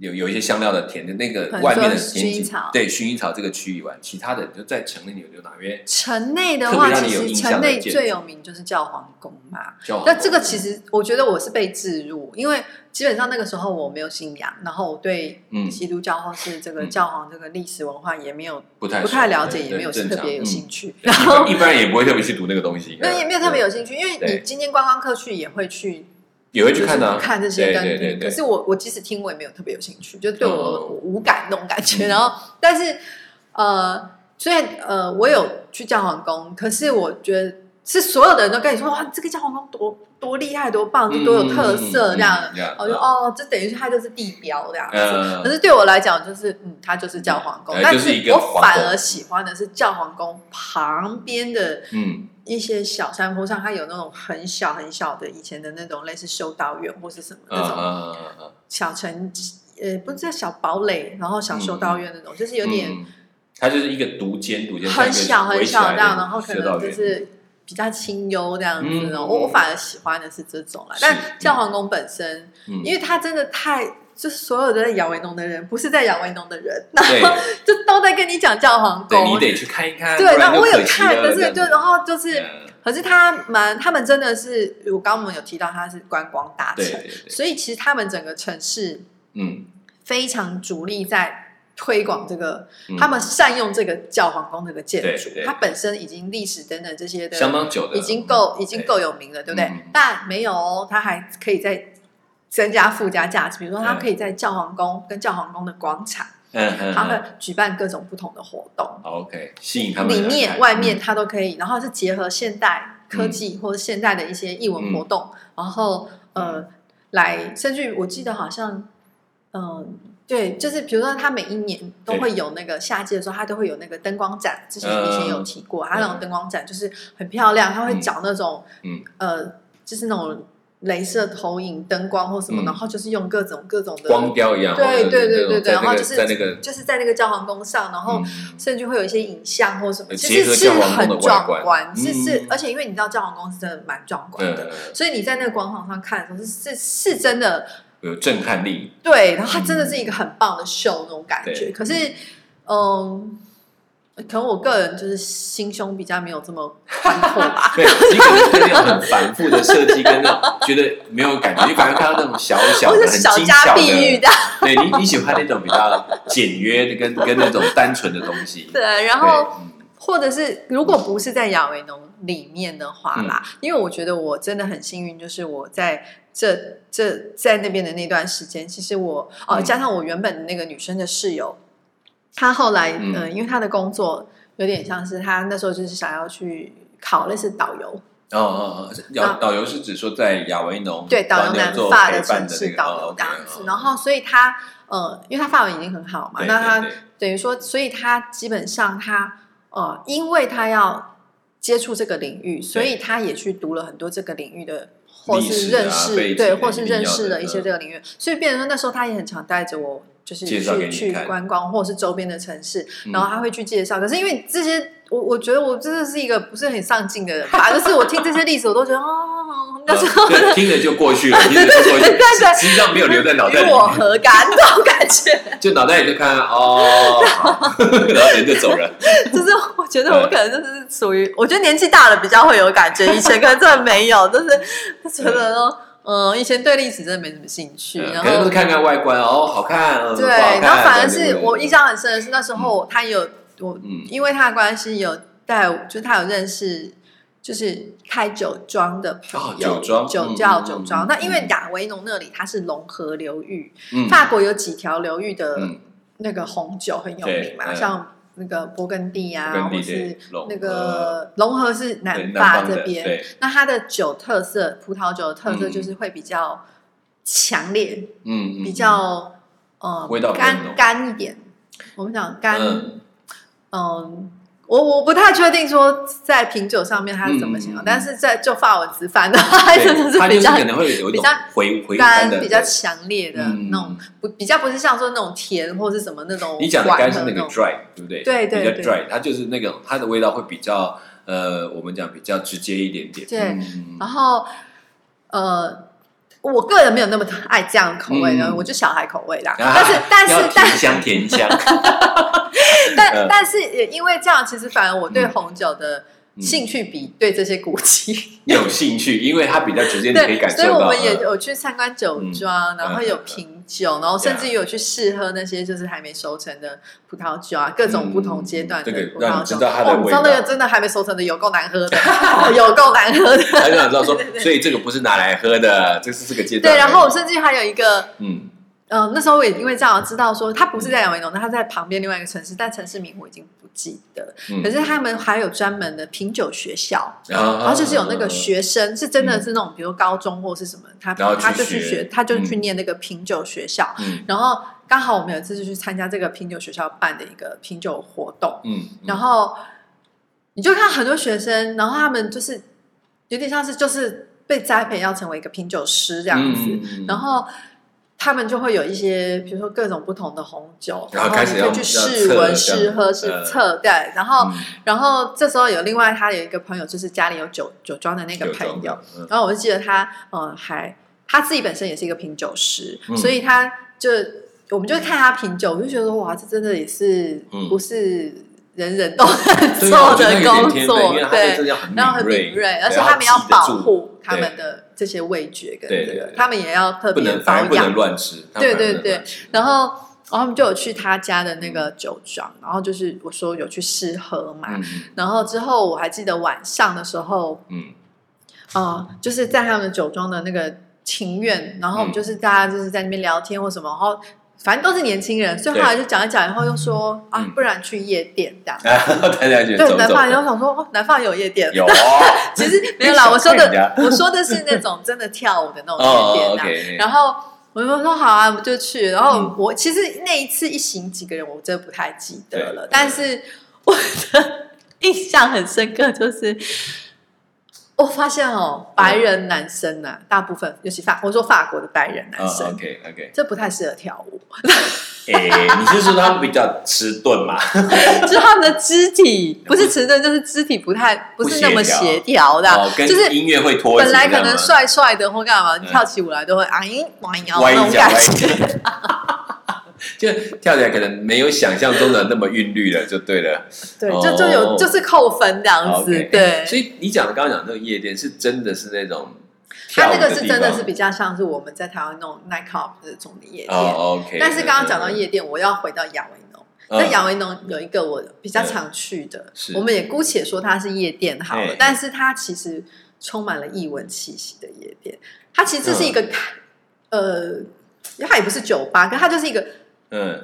Speaker 1: 有有一些香料的田的那个
Speaker 2: 很
Speaker 1: 外面的
Speaker 2: 多
Speaker 1: 田
Speaker 2: 薰衣
Speaker 1: 景
Speaker 2: 草
Speaker 1: 对薰衣草这个区以外，其他的就在城里你有有哪边
Speaker 2: 城内的
Speaker 1: 特
Speaker 2: 话，
Speaker 1: 别让
Speaker 2: 其
Speaker 1: 你有
Speaker 2: 实
Speaker 1: 印
Speaker 2: 城
Speaker 1: 象的
Speaker 2: 内
Speaker 1: 建
Speaker 2: 最
Speaker 1: 筑
Speaker 2: 有名就是教皇宫嘛。
Speaker 1: 就
Speaker 2: 那这个其实，我觉得我是被置入，因为基本上那个时候我没有信仰，然后我对
Speaker 1: 嗯
Speaker 2: 基督教或是这个
Speaker 1: 嗯
Speaker 2: 教皇这个历史文化也没有
Speaker 1: 不太
Speaker 2: 不太
Speaker 1: 熟
Speaker 2: 了
Speaker 1: 对
Speaker 2: 解，也
Speaker 1: 对
Speaker 2: 没有
Speaker 1: 正
Speaker 2: 特
Speaker 1: 常
Speaker 2: 别有
Speaker 1: 嗯
Speaker 2: 兴趣，
Speaker 1: 一
Speaker 2: *laughs*
Speaker 1: 般 *laughs* 一般人也不会特别去读那个东西，嗯
Speaker 2: 没有也没有特别
Speaker 1: 有
Speaker 2: 有兴趣，因为
Speaker 1: 对
Speaker 2: 你今天观光客去也会去
Speaker 1: 也会去看
Speaker 2: 就
Speaker 1: 啊，
Speaker 2: 是看这些
Speaker 1: 对
Speaker 2: 跟
Speaker 1: 对对对，
Speaker 2: 可是我我即使听我也没有特别有兴趣，就对我
Speaker 1: 哦
Speaker 2: 我无感那种感
Speaker 1: 嗯
Speaker 2: 觉。然后，但是呃，虽然呃我有去教皇宫，可是我觉得是所有的人都跟你说哇，这个教皇宫多多厉害，多棒，就多有
Speaker 1: 嗯
Speaker 2: 特色这样。我就，哦，这等于是它就是地标这样子。
Speaker 1: 嗯
Speaker 2: 可是对我来讲，就是嗯，它就是教皇宫，
Speaker 1: 呃
Speaker 2: 但
Speaker 1: 就是一个
Speaker 2: 我
Speaker 1: 皇
Speaker 2: 反
Speaker 1: 宫
Speaker 2: 而喜欢的是教皇宫旁边的
Speaker 1: 嗯
Speaker 2: 一些小山坡上，它有那种很小很小的以前的那种类似修道院或是什么那种
Speaker 1: 嗯嗯，
Speaker 2: 小城，呃，不是叫小堡垒，然后小修道
Speaker 1: 嗯
Speaker 2: 院那种，就是有点。
Speaker 1: 它就是一个独间，独间
Speaker 2: 很小很小这样，然后可
Speaker 1: 学
Speaker 2: 能
Speaker 1: 到
Speaker 2: 就是比较清幽这样子
Speaker 1: 嗯
Speaker 2: 哦。
Speaker 1: 嗯
Speaker 2: 我我
Speaker 1: 嗯
Speaker 2: 反而喜欢的是这种啦。
Speaker 1: 是嗯
Speaker 2: 但教皇宫本身，因
Speaker 1: 因为
Speaker 2: 为它真的太。就是所有的在亚维农的人，不是在亚维农的人，那
Speaker 1: 对
Speaker 2: 就都在跟你讲教
Speaker 1: *laughs*
Speaker 2: 皇 *laughs*
Speaker 1: 对，你
Speaker 2: 宫。
Speaker 1: 得去看一看，
Speaker 2: 对，
Speaker 1: 不然
Speaker 2: 那
Speaker 1: 就
Speaker 2: 我有
Speaker 1: 可惜
Speaker 2: 看，
Speaker 1: 了
Speaker 2: 可是
Speaker 1: 这
Speaker 2: 就
Speaker 1: 样
Speaker 2: 然后就是，
Speaker 1: 嗯
Speaker 2: 可是他们他们真的是，我刚刚我们有提到他是观光大
Speaker 1: 对
Speaker 2: 城，
Speaker 1: 对对，
Speaker 2: 所以其实他们整个城市
Speaker 1: 嗯，
Speaker 2: 非常主力在推广这个
Speaker 1: 嗯
Speaker 2: 他们善用这个教皇宫这个建筑
Speaker 1: 对，对
Speaker 2: 它本身已经历史等等这些的，
Speaker 1: 相当久的，
Speaker 2: 已经够已经够有名了，对不对
Speaker 1: 嗯？
Speaker 2: 但没有哦，它还可以再增加附加价值，比如说它
Speaker 1: 嗯
Speaker 2: 可以在教皇宫跟教皇宫的广场，
Speaker 1: 嗯，嗯
Speaker 2: 它会
Speaker 1: 嗯
Speaker 2: 举办各种不同的活动，
Speaker 1: ，OK，吸引他们
Speaker 2: 里
Speaker 1: 来嗯
Speaker 2: 面
Speaker 1: 看
Speaker 2: 外面，它都可以，然后是结合现代科技或者现代的一些艺文
Speaker 1: 嗯
Speaker 2: 活动，然后呃，来甚至于我记得好像嗯。对，就是比如说，它每一年都
Speaker 1: 对
Speaker 2: 会有那个夏季的时候，它都会有那个灯光展。之前
Speaker 1: 嗯
Speaker 2: 以前有提过，它那种
Speaker 1: 嗯
Speaker 2: 灯光展就是很漂亮，它会
Speaker 1: 嗯
Speaker 2: 找那种
Speaker 1: 嗯
Speaker 2: 呃，就是那种镭射投影灯光或什么，
Speaker 1: 嗯
Speaker 2: 然后就是用各种各种的
Speaker 1: 光雕一样，
Speaker 2: 对
Speaker 1: 哦
Speaker 2: 对对对对，
Speaker 1: 在那
Speaker 2: 然
Speaker 1: 个
Speaker 2: 后就是
Speaker 1: 在那个，
Speaker 2: 就是在那个教皇宫上，然后
Speaker 1: 嗯
Speaker 2: 甚至会有一些影像或什么，
Speaker 1: 呃
Speaker 2: 其
Speaker 1: 结
Speaker 2: 实
Speaker 1: 合
Speaker 2: 是
Speaker 1: 教皇宫
Speaker 2: 很
Speaker 1: 的外
Speaker 2: 壮
Speaker 1: 观
Speaker 2: 观，是
Speaker 1: 嗯
Speaker 2: 是，而且因为你知道教皇宫是真的蛮壮观的，
Speaker 1: 呃，
Speaker 2: 所以你在那个广场上看的时候是是是真的
Speaker 1: 有震撼力，
Speaker 2: 对，然后它真的是一个很棒的秀那种感觉。
Speaker 1: 对
Speaker 2: 可是，嗯，可能我个人就是心胸比较没有这么宽阔，
Speaker 1: 对，你可能对那种很繁复的设计跟那种觉得没有感觉，你反而看到那种小小
Speaker 2: 我
Speaker 1: 的、
Speaker 2: 是
Speaker 1: 很
Speaker 2: 小
Speaker 1: 精
Speaker 2: 家
Speaker 1: 巧
Speaker 2: 碧玉
Speaker 1: 的，
Speaker 2: 的，
Speaker 1: 对你你喜欢那种比较简约的跟跟那种单纯的东西，对，
Speaker 2: 对，然后。
Speaker 1: 嗯
Speaker 2: 或者是如果不是在亚维农里面的话啦，
Speaker 1: 嗯
Speaker 2: 因为我觉得我真的很幸运，就是我在这这在那边的那段时间，其实我哦、
Speaker 1: 嗯
Speaker 2: 加上我原本的那个女生的室友，她后来嗯、
Speaker 1: 嗯
Speaker 2: 呃因为她的工作有点像是她那时候就是想要去考类似导游，
Speaker 1: 哦哦哦，
Speaker 2: 那
Speaker 1: 导导游是指说在亚维农
Speaker 2: 啊对，导游
Speaker 1: 帮
Speaker 2: 南
Speaker 1: 娘做
Speaker 2: 法
Speaker 1: 陪伴
Speaker 2: 城
Speaker 1: 的
Speaker 2: 市
Speaker 1: 那个
Speaker 2: 导
Speaker 1: 哦
Speaker 2: 游
Speaker 1: ，OK，
Speaker 2: 这样子
Speaker 1: 哦，
Speaker 2: 然后所以她呃，因为她法文已经很好嘛，
Speaker 1: 对
Speaker 2: 那
Speaker 1: 对
Speaker 2: 她
Speaker 1: 对
Speaker 2: 等于说，所以他基本上他呃，因为他要接触这个领域，所以他也去读了很多这个领域的，或
Speaker 1: 历
Speaker 2: 是
Speaker 1: 史啊
Speaker 2: 认识、
Speaker 1: 背景
Speaker 2: 对，
Speaker 1: 啊
Speaker 2: 或是
Speaker 1: 一定要
Speaker 2: 认识
Speaker 1: 的
Speaker 2: 了一些
Speaker 1: 嗯
Speaker 2: 这个领域，所以变成说那时候他也很常带着我。就是
Speaker 1: 介绍给
Speaker 2: 去
Speaker 1: 你
Speaker 2: 去
Speaker 1: 看
Speaker 2: 观光，或者是周边的城市，
Speaker 1: 嗯
Speaker 2: 然后他会去介绍。可是因为这些，我我觉得我真的是一个不是很上进的人吧，就是我听这些历史，我都觉得哦，
Speaker 1: *laughs*
Speaker 2: 那时候
Speaker 1: 嗯对，听着就过
Speaker 2: *laughs*
Speaker 1: 去了，听着就过去
Speaker 2: 对对对
Speaker 1: 了，实际上没有留在脑袋
Speaker 2: *laughs* 与
Speaker 1: 里
Speaker 2: 我
Speaker 1: 面，
Speaker 2: 何干那种感觉。
Speaker 1: 就脑袋里就看哦，好 *laughs* 然后人就走人。 *laughs*
Speaker 2: 就是我觉得我可能就是属于，我觉得年纪大了比较会有
Speaker 1: *laughs*
Speaker 2: 感觉，以前可能真的没有，就是觉得说，嗯，以前对历史真的没什么兴趣，
Speaker 1: 嗯
Speaker 2: 然
Speaker 1: 可能都
Speaker 2: 后
Speaker 1: 是看看外观哦，好看，嗯
Speaker 2: 对，
Speaker 1: 不好看
Speaker 2: 然后反而
Speaker 1: 对
Speaker 2: 是
Speaker 1: 对对
Speaker 2: 我印象很深的是那时候他有我，
Speaker 1: 嗯
Speaker 2: 因为他的关系有带我，就是他有认识。就是开酒庄的朋友，
Speaker 1: 哦酒庄
Speaker 2: 酒
Speaker 1: 嗯
Speaker 2: 窖
Speaker 1: 嗯
Speaker 2: 酒
Speaker 1: 嗯
Speaker 2: 庄。
Speaker 1: 嗯
Speaker 2: 那因为
Speaker 1: 嗯
Speaker 2: 亚维农那里它是龙河流域，
Speaker 1: 嗯
Speaker 2: 法国有几条流域的
Speaker 1: 嗯
Speaker 2: 那个红酒很有
Speaker 1: 对
Speaker 2: 名嘛，
Speaker 1: 嗯
Speaker 2: 像那个勃艮第啊，
Speaker 1: 勃艮
Speaker 2: 或
Speaker 1: 第
Speaker 2: 是
Speaker 1: 对
Speaker 2: 那个龙河是
Speaker 1: 呃对
Speaker 2: 南
Speaker 1: 南
Speaker 2: 法
Speaker 1: 方
Speaker 2: 这
Speaker 1: 的
Speaker 2: 边
Speaker 1: 对。
Speaker 2: 那它的酒特色，葡萄酒的特色
Speaker 1: 嗯
Speaker 2: 就是会比较强烈，
Speaker 1: 嗯嗯
Speaker 2: 比较呃
Speaker 1: 味道比较
Speaker 2: 干
Speaker 1: 浓
Speaker 2: 干一点。我们讲干，嗯、
Speaker 1: 嗯
Speaker 2: 我我不太确定说在品酒上面它是怎么形容，
Speaker 1: 嗯嗯嗯
Speaker 2: 但是在就法文词反的话， *laughs* 真的
Speaker 1: 对，
Speaker 2: 是
Speaker 1: 它
Speaker 2: 比
Speaker 1: 就是
Speaker 2: 较
Speaker 1: 可能会有一
Speaker 2: 比
Speaker 1: 种
Speaker 2: 较
Speaker 1: 回回甘
Speaker 2: 干、
Speaker 1: 的
Speaker 2: 比较强烈的
Speaker 1: 嗯
Speaker 2: 那种，不比较不是像说那种甜或是什么那种
Speaker 1: 你讲的
Speaker 2: 缓
Speaker 1: 干
Speaker 2: 和
Speaker 1: 是那个
Speaker 2: 种
Speaker 1: dry，对不对？
Speaker 2: 对对
Speaker 1: 比
Speaker 2: 对
Speaker 1: 较 dry，它就是那个它的味道会比较呃，我们讲比较直接一点点。
Speaker 2: 对啊
Speaker 1: 嗯，
Speaker 2: 然后呃，我个人没有那么爱这样口味的，
Speaker 1: 嗯
Speaker 2: 我就小孩口味啦。
Speaker 1: 啊
Speaker 2: 但是但
Speaker 1: 要
Speaker 2: 是
Speaker 1: 甜
Speaker 2: 但
Speaker 1: 香甜香，
Speaker 2: *laughs* 但
Speaker 1: 嗯
Speaker 2: 但是也因为这样，其实反而我对
Speaker 1: 嗯
Speaker 2: 红酒的
Speaker 1: 嗯
Speaker 2: 兴趣比对这些古籍，
Speaker 1: 有兴趣，因为它比较直接，你可以
Speaker 2: 对，
Speaker 1: 感
Speaker 2: 所以
Speaker 1: 受
Speaker 2: 我
Speaker 1: 到。
Speaker 2: 们也
Speaker 1: 嗯
Speaker 2: 有去参观酒
Speaker 1: 嗯
Speaker 2: 庄，然后
Speaker 1: 嗯啊
Speaker 2: 有
Speaker 1: 嗯嗯
Speaker 2: 品酒，然后甚至于有去试喝那些就是还没熟成的葡萄酒啊，各种不同阶段
Speaker 1: 嗯
Speaker 2: 的
Speaker 1: 这个
Speaker 2: 葡
Speaker 1: 让
Speaker 2: 萄
Speaker 1: 你
Speaker 2: 酒。
Speaker 1: 知道它的
Speaker 2: 哦你知道
Speaker 1: 味
Speaker 2: 那
Speaker 1: 道
Speaker 2: 个真的还没熟成的有够难喝的，
Speaker 1: *laughs*
Speaker 2: 有够难喝的。
Speaker 1: 他就想知道说
Speaker 2: *laughs* 对对，对
Speaker 1: 所以这个不是拿来喝的，这是这个阶段
Speaker 2: 对，
Speaker 1: 而已。
Speaker 2: 然后我甚至于还有一个
Speaker 1: 嗯，
Speaker 2: 呃嗯，那时候我也因为这样知道说，他不是在亚维农，他在旁边另外一个城市，但城市名我已经不记得。
Speaker 1: 嗯
Speaker 2: 可是他们还有专门的品酒学校，
Speaker 1: 啊嗯
Speaker 2: 然后就是有那个学生是真的是那种，比如高中或是什么，他
Speaker 1: 然后去
Speaker 2: 他就去
Speaker 1: 学
Speaker 2: 学，他就去
Speaker 1: 嗯
Speaker 2: 念那个品酒学校。
Speaker 1: 嗯
Speaker 2: 然后刚好我们有一次就去参加这个品酒学校办的一个品酒活动，
Speaker 1: 嗯，
Speaker 2: 然后你就看很多学生，然后他们就是有点像是就是被栽培要成为一个品酒师这
Speaker 1: 这
Speaker 2: 样子，，
Speaker 1: 嗯
Speaker 2: 然后他们就会有一些，比如说各种不同的红酒，
Speaker 1: 然后开始
Speaker 2: 你可
Speaker 1: 要
Speaker 2: 以去
Speaker 1: 要
Speaker 2: 试
Speaker 1: 测
Speaker 2: 闻、
Speaker 1: 这样
Speaker 2: 试喝、试
Speaker 1: 呃
Speaker 2: 测，对。然后，
Speaker 1: 嗯
Speaker 2: 然后这时候有另外他有一个朋友，就是家里有酒酒庄的那个
Speaker 1: 有
Speaker 2: 朋
Speaker 1: 种
Speaker 2: 友，
Speaker 1: 的，嗯
Speaker 2: 然后我就记得他，嗯，还他自己本身也是一个品酒师，
Speaker 1: 嗯
Speaker 2: 所以他就我们就看他品酒，我就觉得哇，这真的也是
Speaker 1: 嗯
Speaker 2: 不是人人都能
Speaker 1: 对啊
Speaker 2: 做
Speaker 1: 我觉得
Speaker 2: 的
Speaker 1: 有点
Speaker 2: 工
Speaker 1: 天分因
Speaker 2: 作
Speaker 1: 为，他们真
Speaker 2: 对，
Speaker 1: 的很
Speaker 2: 然后很
Speaker 1: 敏
Speaker 2: 敏
Speaker 1: 锐，
Speaker 2: 锐，而且
Speaker 1: 对
Speaker 2: 他们要
Speaker 1: 记得
Speaker 2: 保
Speaker 1: 住，
Speaker 2: 护他
Speaker 1: 对
Speaker 2: 们的这些味觉跟
Speaker 1: 对
Speaker 2: 这
Speaker 1: 对
Speaker 2: 个
Speaker 1: 对，
Speaker 2: 他们也要特
Speaker 1: 不
Speaker 2: 别
Speaker 1: 能，
Speaker 2: 保
Speaker 1: 反正不能
Speaker 2: 养。
Speaker 1: 乱吃。他
Speaker 2: 对
Speaker 1: 反而
Speaker 2: 对
Speaker 1: 不能
Speaker 2: 对
Speaker 1: 乱吃，
Speaker 2: 然后然后我们就有去他家的那个酒庄，然后就是我说有去试喝嘛，
Speaker 1: 嗯
Speaker 2: 然后之后我还记得晚上的时候，
Speaker 1: 嗯 *laughs*
Speaker 2: 呃，就是在他们的酒庄的那个庭院，然后我
Speaker 1: 嗯
Speaker 2: 们就是大家就是在那边聊天或什么，然后反正都是年轻人，所以
Speaker 1: 对
Speaker 2: 后来就讲一讲，然后又说啊
Speaker 1: 嗯，
Speaker 2: 不然去夜店这样。
Speaker 1: 嗯，啊，大家就
Speaker 2: 对，
Speaker 1: 走
Speaker 2: 南
Speaker 1: 走
Speaker 2: 方人就想说，哦，南方有夜店，
Speaker 1: 有啊
Speaker 2: *laughs* 其实没有啦，我说
Speaker 1: 小看人
Speaker 2: 的
Speaker 1: 家
Speaker 2: *laughs* 我说的是那种真的跳舞的那种夜
Speaker 1: 哦
Speaker 2: 店啦。
Speaker 1: ，OK，
Speaker 2: 啊然后我就说好啊，我们就去。然后
Speaker 1: 嗯
Speaker 2: 我、其实那一次一行几个人，我真的不太记得了
Speaker 1: 对，
Speaker 2: 但是我的印象很深刻，就是我发现
Speaker 1: 嗯
Speaker 2: 哦，白人男生呐、大部分尤其法，我说法国的白人
Speaker 1: 哎
Speaker 2: 男生。
Speaker 1: OK *laughs* OK，
Speaker 2: 这不太适合跳舞， *laughs*
Speaker 1: 哎，你是说他们比较迟钝嘛？
Speaker 2: 就是他们的肢体不是迟钝，就是肢体不太不是那么
Speaker 1: 嗯不协调
Speaker 2: 协调的啊，
Speaker 1: 哦，跟
Speaker 2: 就是
Speaker 1: 音乐会脱节
Speaker 2: 本
Speaker 1: 这样吗，啊
Speaker 2: 来可能帅帅的或干嘛，跳起舞来都会啊咦哇摇
Speaker 1: 歪
Speaker 2: 那
Speaker 1: 一
Speaker 2: 种
Speaker 1: 脚
Speaker 2: 感
Speaker 1: 歪一
Speaker 2: 觉，
Speaker 1: *laughs* 就跳起来可能没有想象中的那么韵律了，就对了。
Speaker 2: *laughs* 对，
Speaker 1: 哦
Speaker 2: 就就有就是扣分这样子
Speaker 1: OK，，
Speaker 2: 对。
Speaker 1: 所以你讲的刚刚讲的那个夜店是真的是那种
Speaker 2: 它
Speaker 1: 跳舞
Speaker 2: 那
Speaker 1: 地方，
Speaker 2: 个是真的是比较像是我们在台湾那种 nightclub 那种的夜店。
Speaker 1: 哦 OK，
Speaker 2: 但是刚刚讲到夜店，我要回到亚维农。
Speaker 1: 嗯，
Speaker 2: 那
Speaker 1: 嗯
Speaker 2: 亚维农有一个我比较常去的，
Speaker 1: 是
Speaker 2: 我们也姑且说它是夜店好了
Speaker 1: 嗯，
Speaker 2: 但是它其实充满了异文气息的夜店。它其实是一个
Speaker 1: 嗯
Speaker 2: 开，呃，它也不是酒吧，可它就是一个
Speaker 1: 嗯。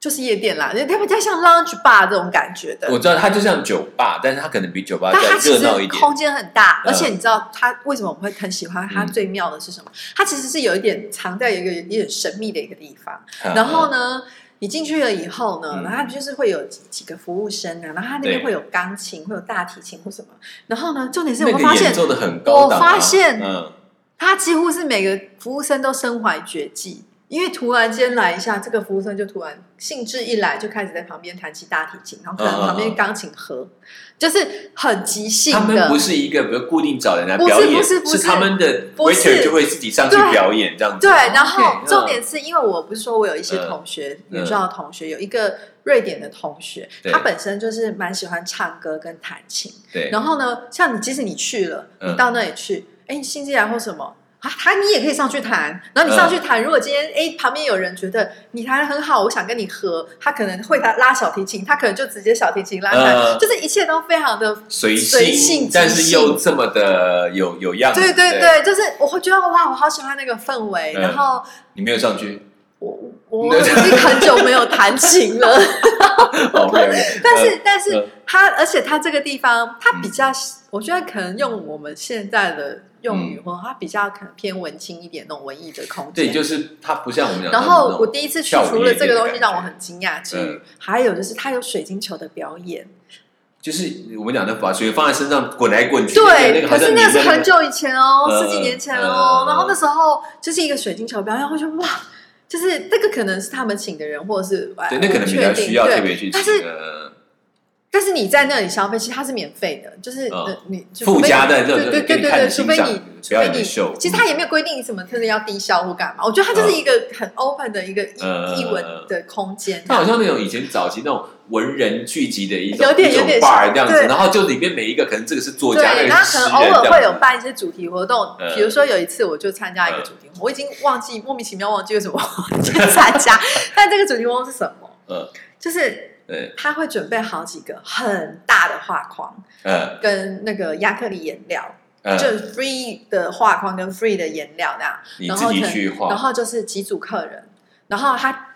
Speaker 2: 就是夜店啦，它比较像 lounge bar 这种感觉的。
Speaker 1: 嗯我知道它就像酒吧，但是它可能比酒吧
Speaker 2: 但它
Speaker 1: 更
Speaker 2: 其
Speaker 1: 热闹一
Speaker 2: 实
Speaker 1: 点。
Speaker 2: 空间很大，
Speaker 1: 嗯
Speaker 2: 而且你知道它为什么我们会很喜欢它？
Speaker 1: 嗯
Speaker 2: 最妙的是什么？它其实是有一点藏在一个有点神秘的一个地方。
Speaker 1: 嗯
Speaker 2: 然后？呢，你进去了以后呢
Speaker 1: 嗯，
Speaker 2: 然后它就是会有几几个服务生啊，然后它那边
Speaker 1: 对
Speaker 2: 会有钢琴，会有大提琴或什么。然后呢，重点是
Speaker 1: 那个
Speaker 2: 我发
Speaker 1: 演
Speaker 2: 现
Speaker 1: 奏的很高档啊、
Speaker 2: 我发现
Speaker 1: 嗯，
Speaker 2: 它几乎是每个服务生都身怀绝技。因为突然间来一下，这个服务生就突然兴致一来，就开始在旁边弹起大提琴，然后可能
Speaker 1: 嗯
Speaker 2: 旁
Speaker 1: 嗯
Speaker 2: 边
Speaker 1: 嗯
Speaker 2: 钢琴盒，就是很即兴
Speaker 1: 他
Speaker 2: 的。
Speaker 1: 们不是一个，比如固定找人来
Speaker 2: 不是
Speaker 1: 表演，
Speaker 2: 不是不是
Speaker 1: 他们的
Speaker 2: 不是
Speaker 1: waiter 就会自己上去
Speaker 2: 对
Speaker 1: 表演这样子。
Speaker 2: 对，然后
Speaker 1: 哦 OK，
Speaker 2: 重点是因为我不是说我有一些同学，
Speaker 1: 嗯
Speaker 2: 原校的同学，有一个瑞典的同学，
Speaker 1: 对
Speaker 2: 他本身就是蛮喜欢唱歌跟弹琴。
Speaker 1: 嗯对，
Speaker 2: 然后呢，像你，即使你去了，
Speaker 1: 嗯
Speaker 2: 你到那里去，哎，你兴致来或什么。啊，弹你也可以上去弹，然后你上去
Speaker 1: 嗯
Speaker 2: 弹。如果今天哎旁边有人觉得你弹的很好，我想跟你合，他可能会弹拉小提琴，他可能就直接小提琴拉弹，
Speaker 1: 嗯
Speaker 2: 就是一切都非常的
Speaker 1: 随
Speaker 2: 随性
Speaker 1: 但
Speaker 2: 即
Speaker 1: 是
Speaker 2: 兴
Speaker 1: 又这么的有有样子。
Speaker 2: 对对
Speaker 1: 对，
Speaker 2: 对，就是我会觉得哇，我好喜欢那个氛围，
Speaker 1: 嗯
Speaker 2: 然后
Speaker 1: 你没有上
Speaker 2: *laughs*
Speaker 1: 去。
Speaker 2: 我我已经很久没有弹琴了，
Speaker 1: OK OK，
Speaker 2: 但是但是
Speaker 1: 嗯
Speaker 2: 它，而且它这个地方，它比较，我觉得可能用我们现在的用语，或它比较可能偏文青一点那种文艺的空
Speaker 1: 嗯对，
Speaker 2: 间。
Speaker 1: 就是它不像我们讲的
Speaker 2: 然
Speaker 1: 那种。
Speaker 2: 后我第一次去
Speaker 1: 跳舞，
Speaker 2: 除了这个东西让我
Speaker 1: 夜店的感觉
Speaker 2: 很惊讶之
Speaker 1: 嗯
Speaker 2: 余，还有就是它有水晶球的表演，
Speaker 1: 就是我们讲的把水放在身上滚来滚去，那
Speaker 2: 对，
Speaker 1: 个
Speaker 2: 可
Speaker 1: 好像
Speaker 2: 是
Speaker 1: 你
Speaker 2: 那
Speaker 1: 在
Speaker 2: 是很久以前哦，
Speaker 1: 嗯
Speaker 2: 十几年前
Speaker 1: 嗯
Speaker 2: 哦
Speaker 1: 嗯。
Speaker 2: 然后那时候就是一个水晶球表演，我觉得哇，就是那个可能是他们请的人，或者是哎
Speaker 1: 对，那可能比较需要
Speaker 2: 对
Speaker 1: 特别去，
Speaker 2: 但是
Speaker 1: 呃
Speaker 2: 但是你在那里消费，其实它是免费的，就是、
Speaker 1: 嗯
Speaker 2: 呃你就
Speaker 1: 附加
Speaker 2: 除非
Speaker 1: 在这种
Speaker 2: 对
Speaker 1: 给
Speaker 2: 对
Speaker 1: 你
Speaker 2: 对
Speaker 1: 看
Speaker 2: 对，
Speaker 1: 欣
Speaker 2: 除非
Speaker 1: 赏
Speaker 2: 你除
Speaker 1: 表
Speaker 2: 非
Speaker 1: 演的
Speaker 2: 你，
Speaker 1: 秀，嗯
Speaker 2: 其实它也没有规定你什么特别要低消或干嘛，我觉得它就是一个很 open 的一个
Speaker 1: 嗯嗯嗯嗯嗯
Speaker 2: 一一文的空间。
Speaker 1: 它好像那种以前早期那种文人聚集的一种
Speaker 2: 有点
Speaker 1: 一种
Speaker 2: 有点
Speaker 1: bar
Speaker 2: 像
Speaker 1: 这样子，
Speaker 2: 对
Speaker 1: 然后就里面每一个可能这个是作家，
Speaker 2: 对，
Speaker 1: 那
Speaker 2: 那
Speaker 1: 个是
Speaker 2: 可
Speaker 1: 诗
Speaker 2: 能
Speaker 1: 人
Speaker 2: 偶尔会
Speaker 1: 这
Speaker 2: 有
Speaker 1: 样子
Speaker 2: 办一些主题活动
Speaker 1: 嗯，
Speaker 2: 比如说有一次我就参加一个主题活动，我已经忘记莫名其妙忘记为什么我去参
Speaker 1: *laughs*
Speaker 2: 加，但这个主题活动是什么？
Speaker 1: 嗯
Speaker 2: 就是
Speaker 1: 对
Speaker 2: 他会准备好几个很大的画框
Speaker 1: 嗯
Speaker 2: 跟那个亚克力颜料，就
Speaker 1: 嗯，
Speaker 2: 是 free 的画框跟 free 的颜料那样，
Speaker 1: 你
Speaker 2: 然
Speaker 1: 自
Speaker 2: 后
Speaker 1: 己
Speaker 2: 可能
Speaker 1: 去
Speaker 2: 然
Speaker 1: 画，
Speaker 2: 后就是几组客人，然后他。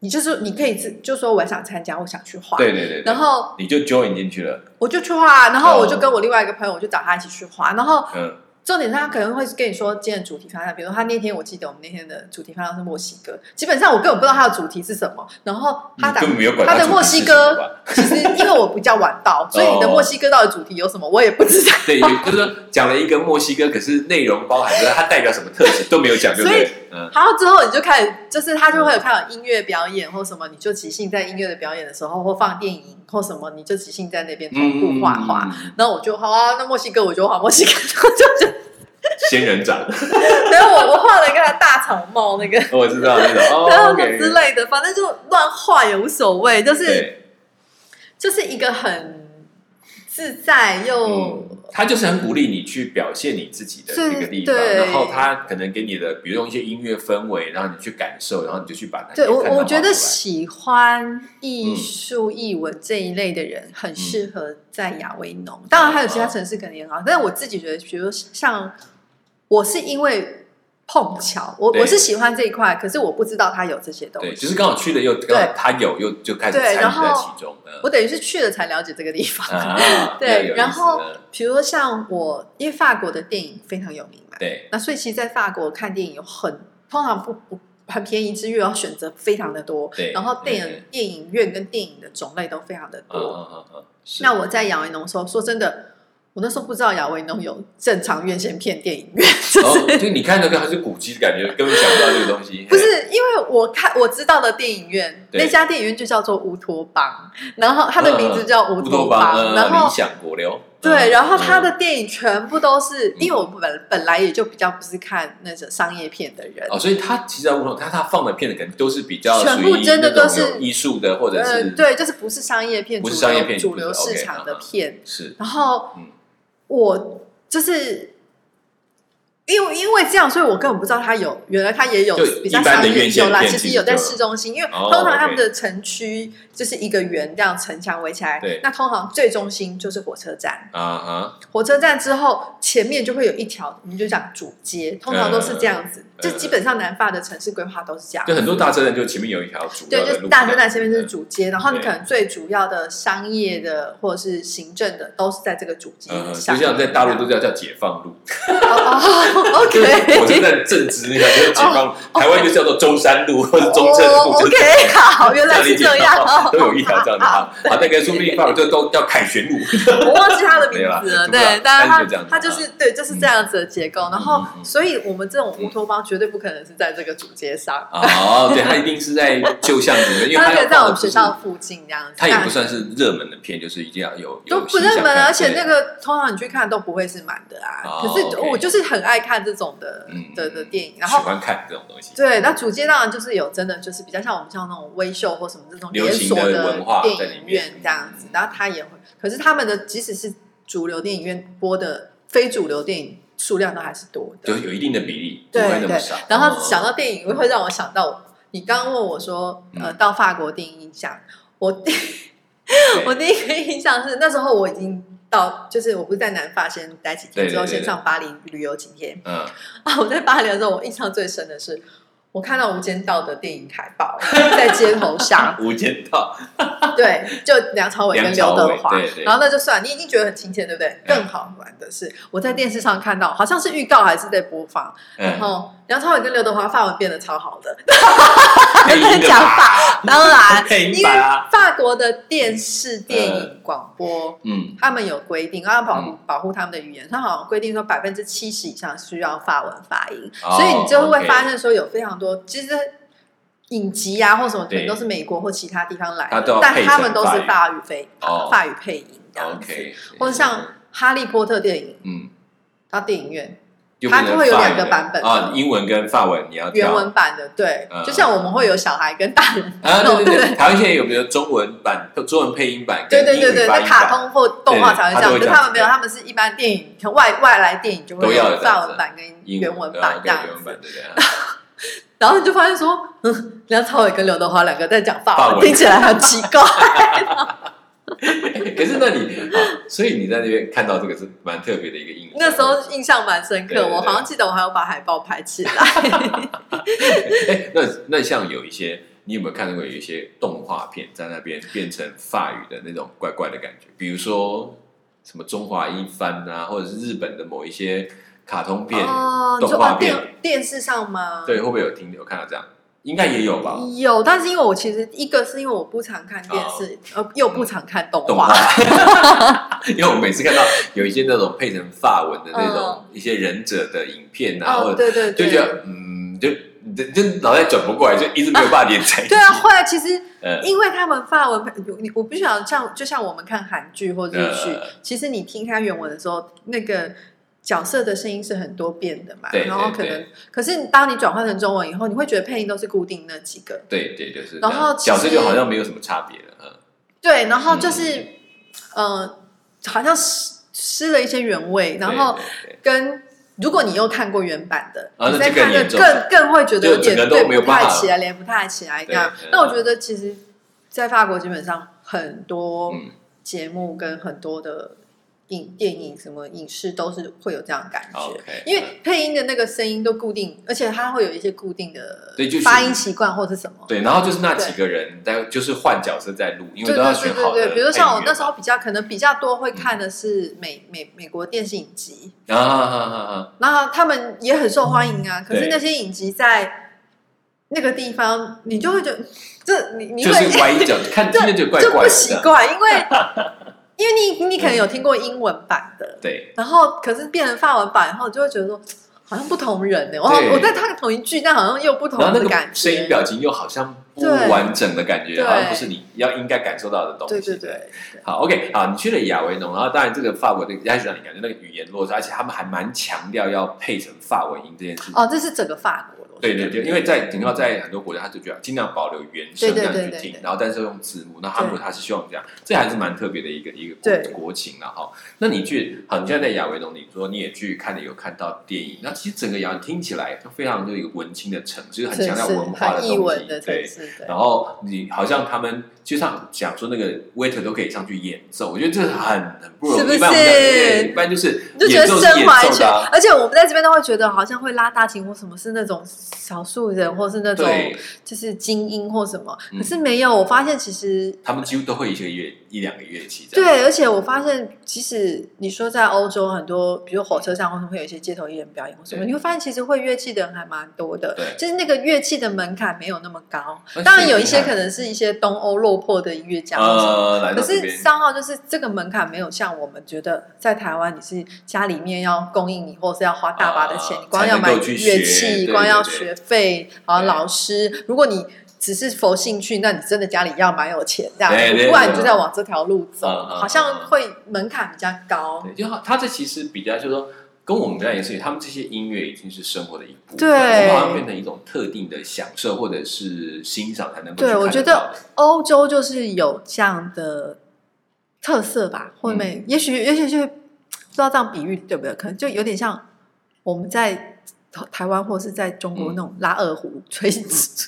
Speaker 2: 你就是你可以自就说我想参加，我想去画，
Speaker 1: 对对对，对
Speaker 2: 然后
Speaker 1: 你就 join 进去了，
Speaker 2: 我就去画，然后我就
Speaker 1: 哦
Speaker 2: 跟我另外一个朋友，我就找他一起去画，然后
Speaker 1: 嗯，
Speaker 2: 重点是他可能会跟你说今天的主题方向，比如说他那天我记得我们那天的主题方向是墨西哥，基本上我根本不知道他的主题是什么。然后他
Speaker 1: 你
Speaker 2: 打
Speaker 1: 根本没有管
Speaker 2: 他的
Speaker 1: 主题
Speaker 2: 墨西
Speaker 1: 是什么
Speaker 2: 哥
Speaker 1: 吧，
Speaker 2: 其实因为我比较晚到，所以你的墨西哥到底主题有什么我也不知道。
Speaker 1: 对，也就是说讲了一个墨西哥，可是内容包含 *laughs* 着它代表什么特质都没有讲，对不
Speaker 2: 所
Speaker 1: 对
Speaker 2: 以？
Speaker 1: 嗯，
Speaker 2: 然后之后你就开始，就是他就会有看有音乐表演或什么，你就即兴在音乐的表演的时候或放电影或什么，你就即兴在那边同步画画。
Speaker 1: 嗯，
Speaker 2: 然后我就好啊，那墨西哥我就画墨西哥， *laughs* 然后就
Speaker 1: 仙人掌， *laughs* 哦
Speaker 2: 就，然后我我画了一个大草帽那个。
Speaker 1: 我知道那种，
Speaker 2: *laughs* 然
Speaker 1: 哦
Speaker 2: 后 *laughs*
Speaker 1: OK，
Speaker 2: 之类的，反正就乱画也无所谓，就是
Speaker 1: 对，
Speaker 2: 就是一个很自在又、
Speaker 1: 嗯，他就是很鼓励你去表现你自己的一个地方，
Speaker 2: 是对
Speaker 1: 然后他可能给你的，比如用一些音乐氛围，然后你去感受，然后你就去把它
Speaker 2: 对我
Speaker 1: 看到
Speaker 2: 我觉
Speaker 1: 画
Speaker 2: 得
Speaker 1: 出来
Speaker 2: 喜欢艺
Speaker 1: 嗯
Speaker 2: 术、艺文这一类的人，很适合在亚维农。当
Speaker 1: 哦
Speaker 2: 然还有其他城市可能也很好，但是我自己觉得，比如像我是因为碰巧，我
Speaker 1: 对
Speaker 2: 我是喜欢这一块，可是我不知道它有这些东
Speaker 1: 对，
Speaker 2: 西。
Speaker 1: 就是刚好去了又刚好
Speaker 2: 对
Speaker 1: 他有又就开始
Speaker 2: 对
Speaker 1: 参与
Speaker 2: 然后
Speaker 1: 在其中，嗯
Speaker 2: 我等于是去了才了解这个地方。
Speaker 1: 啊，
Speaker 2: *laughs* 对
Speaker 1: 比较有意思
Speaker 2: 然后
Speaker 1: 嗯
Speaker 2: 比如说像我，因为法国的电影非常有名嘛，
Speaker 1: 对，
Speaker 2: 那所以其实，在法国看电影有很通常不不很便宜之余，然后选择非常的多，
Speaker 1: 对
Speaker 2: 然后电
Speaker 1: 对
Speaker 2: 影电影院跟电影的种类都非常的
Speaker 1: 嗯
Speaker 2: 多。
Speaker 1: 嗯嗯嗯，是
Speaker 2: 那我在亚维农的时候，说真的，我那时候不知道亚维农有正常院线片电影院，就是、
Speaker 1: 哦，就你看那个还是古迹的感觉，根本想不到这个东西，
Speaker 2: 不是因为我看我知道的电影院，
Speaker 1: 对嗯
Speaker 2: 那家电影院就叫做乌托邦，然后它的名字叫乌
Speaker 1: 乌托
Speaker 2: 托
Speaker 1: 邦，呃
Speaker 2: 然后
Speaker 1: 理想国流。
Speaker 2: 对，
Speaker 1: 嗯
Speaker 2: 然后他
Speaker 1: 嗯
Speaker 2: 的电影全部都是，因
Speaker 1: 嗯
Speaker 2: 为我本本来也就比较不是看那种商业片的人，
Speaker 1: 哦，所以他其实在乌托邦他他放的片子可能都是比较
Speaker 2: 全
Speaker 1: 属
Speaker 2: 部
Speaker 1: 于
Speaker 2: 真的
Speaker 1: 那种
Speaker 2: 都是
Speaker 1: 有艺术的，或者是
Speaker 2: 嗯，对，就是不是商业片，
Speaker 1: 不是
Speaker 2: 主流
Speaker 1: 商业片
Speaker 2: 主流
Speaker 1: 不是
Speaker 2: 市
Speaker 1: OK，
Speaker 2: 场的
Speaker 1: 嗯嗯
Speaker 2: 片。
Speaker 1: 是
Speaker 2: 然后
Speaker 1: 嗯
Speaker 2: 我就是因为因为这样，所以我根本不知道他有，原来他也有
Speaker 1: 就
Speaker 2: 比较
Speaker 1: 一般
Speaker 2: 商
Speaker 1: 的
Speaker 2: 业
Speaker 1: 院线
Speaker 2: 有啦，
Speaker 1: 片
Speaker 2: 其实
Speaker 1: 其实
Speaker 2: 有在
Speaker 1: 就
Speaker 2: 市中心，因为
Speaker 1: 哦
Speaker 2: 通常他
Speaker 1: OK
Speaker 2: 们的城区就是一个圆这样城墙围起来
Speaker 1: 对，
Speaker 2: 那通常最中心就是火车站。
Speaker 1: 啊哈，
Speaker 2: 火车站之后，前面就会有一条，我们就讲主街，通常都是这样子。
Speaker 1: 嗯
Speaker 2: 就基本上南法的城市规划都是这样。
Speaker 1: 就很多大车站就前面有一条主
Speaker 2: 嗯对，
Speaker 1: 要
Speaker 2: 就
Speaker 1: 的
Speaker 2: 是
Speaker 1: 路，
Speaker 2: 大车站前面就是主街，然后你
Speaker 1: 对
Speaker 2: 可能最主要的商业的或者是行政的都是在这个主街
Speaker 1: 嗯，
Speaker 2: 上。
Speaker 1: 就像在大陆都叫叫解放路， *laughs*
Speaker 2: 哦哦
Speaker 1: 就是火车
Speaker 2: ，OK。
Speaker 1: 站正直那条就叫解放路，台湾就叫做中山路或者中正路，
Speaker 2: 哦
Speaker 1: 就是
Speaker 2: OK，好，原来是
Speaker 1: 理解
Speaker 2: 这样
Speaker 1: 吗
Speaker 2: 哦。
Speaker 1: 都有一条这样的啊，啊，那个说不定法国就都叫凯旋路，
Speaker 2: 我忘记他的名字
Speaker 1: 没有
Speaker 2: 了，
Speaker 1: 啦不知道
Speaker 2: 对，但
Speaker 1: 但
Speaker 2: 他
Speaker 1: 是就这样子嗯
Speaker 2: 他就是对，就是这样子的结构。然后
Speaker 1: 嗯嗯，嗯嗯
Speaker 2: 所以我们这种乌托邦绝对不可能是在这个主街上，啊
Speaker 1: 哦，对，他一定是在旧巷子里面，因为
Speaker 2: 他
Speaker 1: 他
Speaker 2: 可
Speaker 1: 要
Speaker 2: 能在我
Speaker 1: 放的
Speaker 2: 们
Speaker 1: 不
Speaker 2: 学
Speaker 1: 是
Speaker 2: 校附近这样子。
Speaker 1: 它也
Speaker 2: 但
Speaker 1: 不算是热门的片，就是一定要有
Speaker 2: 都不热门，啊而且那个通常你去看都不会是满的啊。
Speaker 1: 哦
Speaker 2: 可是
Speaker 1: OK
Speaker 2: 我就是很爱看这种的
Speaker 1: 嗯
Speaker 2: 的的电影，然
Speaker 1: 喜
Speaker 2: 后
Speaker 1: 欢看这种东西，
Speaker 2: 对，那主街当然就是有真的就是比较像我们像那种微秀或什么这种
Speaker 1: 流
Speaker 2: 连
Speaker 1: 行
Speaker 2: 锁
Speaker 1: 的文化在
Speaker 2: 电
Speaker 1: 里
Speaker 2: 影
Speaker 1: 面
Speaker 2: 院这样子
Speaker 1: 嗯，
Speaker 2: 然后他也会，可是他们的即使是主流电影院播的非主流电影数量都还是多的
Speaker 1: 就。有一定的比例，不会
Speaker 2: 对
Speaker 1: 那么
Speaker 2: 对
Speaker 1: 少。，
Speaker 2: 然后想到电影，会让我想到你刚刚问我说，呃，
Speaker 1: 嗯
Speaker 2: 到法国电影印象，我 *laughs* 第我第一个印象是那时候我已经到，就是我不是在南法先待几
Speaker 1: 对
Speaker 2: 天，
Speaker 1: 对
Speaker 2: 之后
Speaker 1: 对
Speaker 2: 先
Speaker 1: 对
Speaker 2: 上巴黎旅游几天
Speaker 1: 嗯，
Speaker 2: *laughs* 啊。我在巴黎的时候，我印象最深的是我看到《无间道》的电影海报在街头上，
Speaker 1: 无间道，
Speaker 2: 对，就梁朝伟跟
Speaker 1: 梁
Speaker 2: 刘
Speaker 1: 朝
Speaker 2: 德
Speaker 1: 伟，
Speaker 2: 华。
Speaker 1: 对对，
Speaker 2: 然后那就算，你已经觉得很亲切，对不对？
Speaker 1: 嗯
Speaker 2: 更好玩的是，我在电视上看到，好像是预告还是在播放，然
Speaker 1: 嗯，
Speaker 2: 后梁朝伟跟刘德华法文变得超好的，
Speaker 1: 配音的
Speaker 2: 讲
Speaker 1: 吧，
Speaker 2: 法，
Speaker 1: *laughs*
Speaker 2: 当然，
Speaker 1: 配
Speaker 2: 因
Speaker 1: 音
Speaker 2: 为
Speaker 1: 吧，
Speaker 2: 法国的电视、电影、广播，
Speaker 1: 嗯，
Speaker 2: 他们有规定，要保护、
Speaker 1: 嗯
Speaker 2: 保护他们的语言，他好像规定说百分之七十以上需要法文发音，
Speaker 1: 哦
Speaker 2: 所以你就会
Speaker 1: OK
Speaker 2: 发现说有非常多其实。影集啊，或什么可能
Speaker 1: 对
Speaker 2: 都是美国或其他地方来
Speaker 1: 它都
Speaker 2: 的
Speaker 1: 要，
Speaker 2: 但
Speaker 1: 配
Speaker 2: 他
Speaker 1: 上
Speaker 2: 们都是法语配、
Speaker 1: 哦
Speaker 2: 法语配音这样子。
Speaker 1: OK，
Speaker 2: 或者像《哈利波特》电影
Speaker 1: 嗯，
Speaker 2: 到电影院
Speaker 1: 又不能
Speaker 2: 它会有
Speaker 1: 法语
Speaker 2: 两个
Speaker 1: 的
Speaker 2: 版本
Speaker 1: 啊，英文跟法文你要
Speaker 2: 原
Speaker 1: 挑
Speaker 2: 文版的，对，
Speaker 1: 嗯
Speaker 2: 就像我们会有小孩跟大人
Speaker 1: 啊，
Speaker 2: 那种
Speaker 1: 对对对，台湾现在有没有中文版、中文配音版
Speaker 2: 对
Speaker 1: 跟
Speaker 2: 对
Speaker 1: 英
Speaker 2: 对
Speaker 1: 语
Speaker 2: 对，
Speaker 1: 发
Speaker 2: 那
Speaker 1: 音
Speaker 2: 卡
Speaker 1: 版？
Speaker 2: 通或动画才会这
Speaker 1: 对它都会
Speaker 2: 样，就
Speaker 1: 这样
Speaker 2: 他们没有，
Speaker 1: 对
Speaker 2: 他们是一般电影，可能外外来电影就会
Speaker 1: 都要有
Speaker 2: 有
Speaker 1: 这样子
Speaker 2: 法文版跟
Speaker 1: 英
Speaker 2: 原文版这
Speaker 1: 对
Speaker 2: 样
Speaker 1: 原文
Speaker 2: 子
Speaker 1: 版，对对对。
Speaker 2: 然后你就发现说，嗯，梁朝伟跟刘德华两个在讲
Speaker 1: 法
Speaker 2: 法文，
Speaker 1: 文
Speaker 2: 听起来很奇
Speaker 1: *laughs*
Speaker 2: 怪。
Speaker 1: 哎可是那你，好所以你在那边看到这个是蛮特别的一个印象。
Speaker 2: 那时候印象蛮深
Speaker 1: 对
Speaker 2: 刻，
Speaker 1: 对对
Speaker 2: 我好像记得我还有把海报拍起来。
Speaker 1: 哎，那那像有一些你有没有看过有一些动画片在那边变成法语的那种怪怪的感觉？比如说什么中华一番啊，或者是日本的某一些卡通 *laughs* 片、
Speaker 2: 哦，你
Speaker 1: 动
Speaker 2: 说
Speaker 1: 画
Speaker 2: 把
Speaker 1: 片，
Speaker 2: 电电视上吗？
Speaker 1: 对，会不会有听有看到这样？应该也有吧。
Speaker 2: 有，但是因为我其实一个是因为我不常看电视，呃，又不常看动
Speaker 1: 哦动
Speaker 2: 画
Speaker 1: 画， *laughs* 因为我每次看到有一些那种配成法文的那种
Speaker 2: 嗯
Speaker 1: 一些忍者的影片啊，
Speaker 2: 哦，
Speaker 1: 或者
Speaker 2: 对对
Speaker 1: 就
Speaker 2: 对，
Speaker 1: 觉得嗯，就就就脑袋转不过来，就一直没有办法连在一起。 *laughs*
Speaker 2: 对啊，后来其实
Speaker 1: 呃，
Speaker 2: 因为他们发文，你我不晓得像就像我们看韩剧或日剧，
Speaker 1: 呃
Speaker 2: 其实你听他原文的时候，那个角色的声音是很多变的嘛，
Speaker 1: 对
Speaker 2: 然后
Speaker 1: 对
Speaker 2: 可能
Speaker 1: 对
Speaker 2: 可是当你转换成中文以后，你会觉得配音都是固定那几个，
Speaker 1: 对对，就是这
Speaker 2: 然
Speaker 1: 样。
Speaker 2: 后其
Speaker 1: 角色
Speaker 2: 实
Speaker 1: 就好像没有什么差别了，嗯，
Speaker 2: 对，然后就是、呃，好像失失了一些原味，然后
Speaker 1: 对对
Speaker 2: 跟。如果你又看过原版的，
Speaker 1: 啊那
Speaker 2: 你再
Speaker 1: 就更
Speaker 2: 看的
Speaker 1: 严重
Speaker 2: 更更会觉得
Speaker 1: 就
Speaker 2: 有点
Speaker 1: 整个都
Speaker 2: 对
Speaker 1: 没有
Speaker 2: 不太
Speaker 1: 办法
Speaker 2: 起来，连不太起来这
Speaker 1: 对
Speaker 2: 样
Speaker 1: 对。啊
Speaker 2: 那我觉得其实，在法国基本上很
Speaker 1: 对
Speaker 2: 多
Speaker 1: 嗯，
Speaker 2: 节目跟很多的影电影什么影视都是会有这样的感觉。
Speaker 1: 好，OK，嗯
Speaker 2: 因为配音的那个声音都固定，而且它会有一些固定的
Speaker 1: 对就是
Speaker 2: 发音习惯或是什么。
Speaker 1: 对，然后就是那几个人在就是换角色在录，因为
Speaker 2: 对
Speaker 1: 都要
Speaker 2: 对
Speaker 1: 选
Speaker 2: 对
Speaker 1: 好
Speaker 2: 对
Speaker 1: 的配乐嘛。
Speaker 2: 对，比如说像我那时候比较可能比较多
Speaker 1: 嗯
Speaker 2: 会看的是美、美美国电视影集，
Speaker 1: 啊啊啊啊啊，
Speaker 2: 然后他们也很受欢迎啊。可是
Speaker 1: 嗯对
Speaker 2: 那些影集在那个地方，你就会觉得这你你
Speaker 1: 就
Speaker 2: 会
Speaker 1: 是歪角，
Speaker 2: *laughs*
Speaker 1: 看听着就怪
Speaker 2: 就
Speaker 1: 怪
Speaker 2: 不习
Speaker 1: 的。*laughs*
Speaker 2: 惯，因为因为你你可能有听过英文版的，
Speaker 1: 对，
Speaker 2: 然后可是变成法文版以后，就会觉得说好像不同人欸呢、我
Speaker 1: 对
Speaker 2: 我在看同一句，但好像又不同
Speaker 1: 然后
Speaker 2: 的
Speaker 1: 那
Speaker 2: 感
Speaker 1: 个声音
Speaker 2: 觉。
Speaker 1: 表情又好像不
Speaker 2: 对
Speaker 1: 完整的感觉，
Speaker 2: 对
Speaker 1: 好像不是你要应该感受到的东西。
Speaker 2: 对对对，
Speaker 1: 好，OK，好，你去了亚维农，然后当然这个法国的开始让你感觉那个语言落差，而且他们还蛮强调要配成法文音这件事情。
Speaker 2: 哦，这是整个法国的。
Speaker 1: 对对对，因为在你要在很多国家，他就觉得尽量保留原
Speaker 2: 对
Speaker 1: 声
Speaker 2: 对
Speaker 1: 让
Speaker 2: 对
Speaker 1: 你去
Speaker 2: 对
Speaker 1: 听
Speaker 2: 对，
Speaker 1: 然后但是用字幕。那韩国
Speaker 2: 对
Speaker 1: 他是希望这样，这还是蛮特别的一个一个
Speaker 2: 对
Speaker 1: 国国情了哈。那你去，好，你现在在亚维农，你说你也去看了有看到电影，那其实整个亚维听起来就非常就一个文青的城市，就是很
Speaker 2: 城
Speaker 1: 强调
Speaker 2: 市
Speaker 1: 文化的
Speaker 2: 很译
Speaker 1: 东
Speaker 2: 文
Speaker 1: 西，
Speaker 2: 的城
Speaker 1: 对。
Speaker 2: 市，对
Speaker 1: 然后你好像他们就像讲说那个 waiter 都可以上去演奏，我觉得这很很不容易。
Speaker 2: 是不是
Speaker 1: 一般我们对一般就是
Speaker 2: 你就觉
Speaker 1: 演
Speaker 2: 得
Speaker 1: 奏是
Speaker 2: 身
Speaker 1: 演
Speaker 2: 怀
Speaker 1: 奏
Speaker 2: 全
Speaker 1: 的、啊，，
Speaker 2: 而且我们在这边都会觉得好像会拉大琴或什么是那种少数人，或是那种
Speaker 1: 对，
Speaker 2: 就是精英或什么，
Speaker 1: 嗯
Speaker 2: 可是没有。我发现其实
Speaker 1: 他们几乎都会一个乐一两个乐器这样。
Speaker 2: 对，而且我发现，即使你说在欧洲很多，比如火车上或者会有一些街头艺人表演或什么，
Speaker 1: 对
Speaker 2: 你会发现其实会乐器的人还蛮多的
Speaker 1: 对，
Speaker 2: 就是那个乐器的门槛没有那么高
Speaker 1: 而且。
Speaker 2: 当然有一些
Speaker 1: 你看
Speaker 2: 可能是一些东欧落魄的音乐家或什么。
Speaker 1: 呃，来
Speaker 2: 可
Speaker 1: 到这
Speaker 2: 是
Speaker 1: 边，
Speaker 2: 三号就是这个门槛没有像我们觉得在台湾，你是家里面要供应你，或是要花大把的钱，
Speaker 1: 啊
Speaker 2: 你光要
Speaker 1: 才能
Speaker 2: 买
Speaker 1: 够去学
Speaker 2: 乐器，
Speaker 1: 对
Speaker 2: 光要
Speaker 1: 对对
Speaker 2: 学费，然后
Speaker 1: 对
Speaker 2: 老师，如果你只是佛兴趣，那你真的家里要蛮有钱这样
Speaker 1: 对对，对
Speaker 2: 不然你就在往这条路走，
Speaker 1: 嗯嗯嗯
Speaker 2: 好像会门槛比较高。
Speaker 1: 对，就好，他这其实比较就是说。跟我们这样也是，他们这些音乐已经是生活的一部分，
Speaker 2: 对
Speaker 1: 我们好像变成一种特定的享受或者是欣赏才能够去
Speaker 2: 对
Speaker 1: 看
Speaker 2: 我觉
Speaker 1: 到的
Speaker 2: 欧洲就是有这样的特色吧，或
Speaker 1: 嗯
Speaker 2: 美，也许也许就是不知道这样比喻对不对？可能就有点像我们在台湾或是在中国那种拉二胡、吹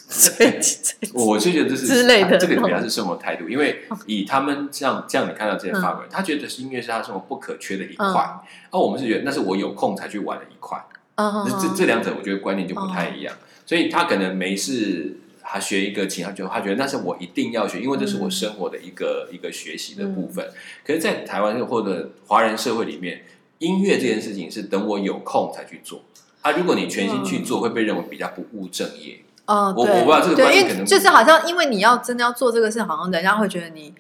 Speaker 2: 吹吹，
Speaker 1: 嗯我就觉得这是
Speaker 2: 之类的哦
Speaker 1: 这个比较是生活态度，因为以他们这样这样，你看到这些法国人，他觉得是音乐是他生活不可缺的一块，
Speaker 2: 嗯
Speaker 1: 而我们是觉得那是我有空才去玩的一块，
Speaker 2: 嗯哦
Speaker 1: 这这这两者我觉得观念就不太一样，所以他可能没事。他学一个琴，他就他觉得那是我一定要学，因为这是
Speaker 2: 嗯
Speaker 1: 我生活的一个、一个学习的部分。可是，在台湾或者华人社会里面，音乐这件事情是等我有空才去做。啊，如果你全心去做，会被认为比较不务正业。
Speaker 2: 嗯，
Speaker 1: 我
Speaker 2: 对
Speaker 1: 我不知道这个观
Speaker 2: 对，
Speaker 1: 念
Speaker 2: 因
Speaker 1: 可能
Speaker 2: 为就是好像因为你要真的要做这个事，好像人家会觉得你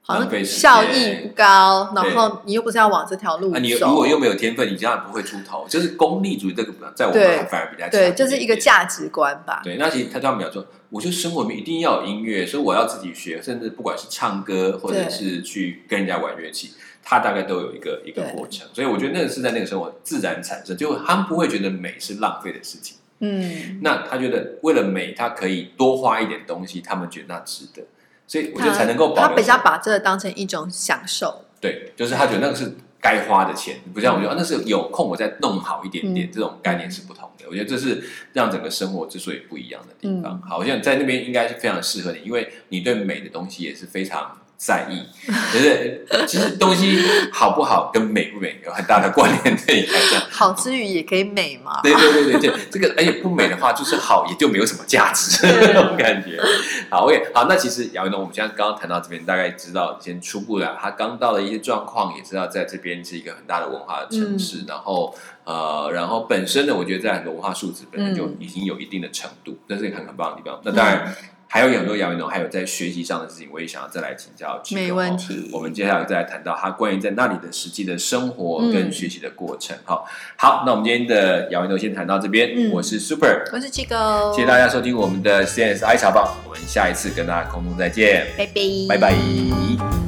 Speaker 2: 好
Speaker 1: 浪费
Speaker 2: 像
Speaker 1: 时间
Speaker 2: 效益不高，
Speaker 1: 对
Speaker 2: 然后你又不是要往这条路
Speaker 1: 啊，你如
Speaker 2: 走
Speaker 1: 果，又没有天分，你这样不会出头。就是功利主义这个，在我
Speaker 2: 对
Speaker 1: 们反而比较强
Speaker 2: 对，就是一个
Speaker 1: 点。
Speaker 2: 价值观吧。
Speaker 1: 对，那其实他他们讲说，我就生活里面一定要有音乐，所以我要自己学，甚至不管是唱歌或者
Speaker 2: 对
Speaker 1: 是去跟人家玩乐器，他大概都有一个一个
Speaker 2: 对
Speaker 1: 过程。所以我觉得那个是在那个生活自然产生，就他们不会觉得美是浪费的事情。
Speaker 2: 嗯，
Speaker 1: 那他觉得为了美，他可以多花一点东西，他们觉得那值得。所以我觉得
Speaker 2: 他
Speaker 1: 才能够保留
Speaker 2: 他比
Speaker 1: 下
Speaker 2: 较
Speaker 1: 来
Speaker 2: 把这个当成一种享受，
Speaker 1: 对，就是他觉得那个是该花的钱，不像我觉得、啊、那是有空我再弄好一点点，
Speaker 2: 嗯
Speaker 1: 这种概念是不同的。我觉得这是让整个生活之所以不一样的地方。
Speaker 2: 嗯
Speaker 1: 好，我想在那边应该是非常适合你，因为你对美的东西也是非常在
Speaker 2: *laughs*
Speaker 1: 意，就是其实东西好不好跟美不美有很大的关联。对你来讲，
Speaker 2: 好之余也可以美嘛。
Speaker 1: 对对对对对，这个而且不美的话，就是好也就没有什么价值
Speaker 2: 对
Speaker 1: 那种感觉。好，OK，好，那其实雅文呢，我们现在刚刚谈到这边，大概知道先初步的他刚到的一些状况，也知道在这边是一个很大的文化的城市，
Speaker 2: 嗯
Speaker 1: 然后呃，然后本身呢，我觉得在很多文化素质本身就
Speaker 2: 嗯
Speaker 1: 已经有一定的程度，那是一个很很棒的地方。那当然。还有很多雅文农，还有在学习上的事情，我也想要再来请教志哥哦。
Speaker 2: 没问题
Speaker 1: 我们接下来再来谈到他关于在那里的实际的生活跟
Speaker 2: 嗯
Speaker 1: 学习的过程。好，好，那我们今天的雅文都先谈到这边，
Speaker 2: 嗯
Speaker 1: 我是 Super，
Speaker 2: 我是鸡哥，
Speaker 1: 谢谢大家收听我们的 CSI 茶坊，我们下一次跟大家空中再见，
Speaker 2: 拜拜，
Speaker 1: 拜拜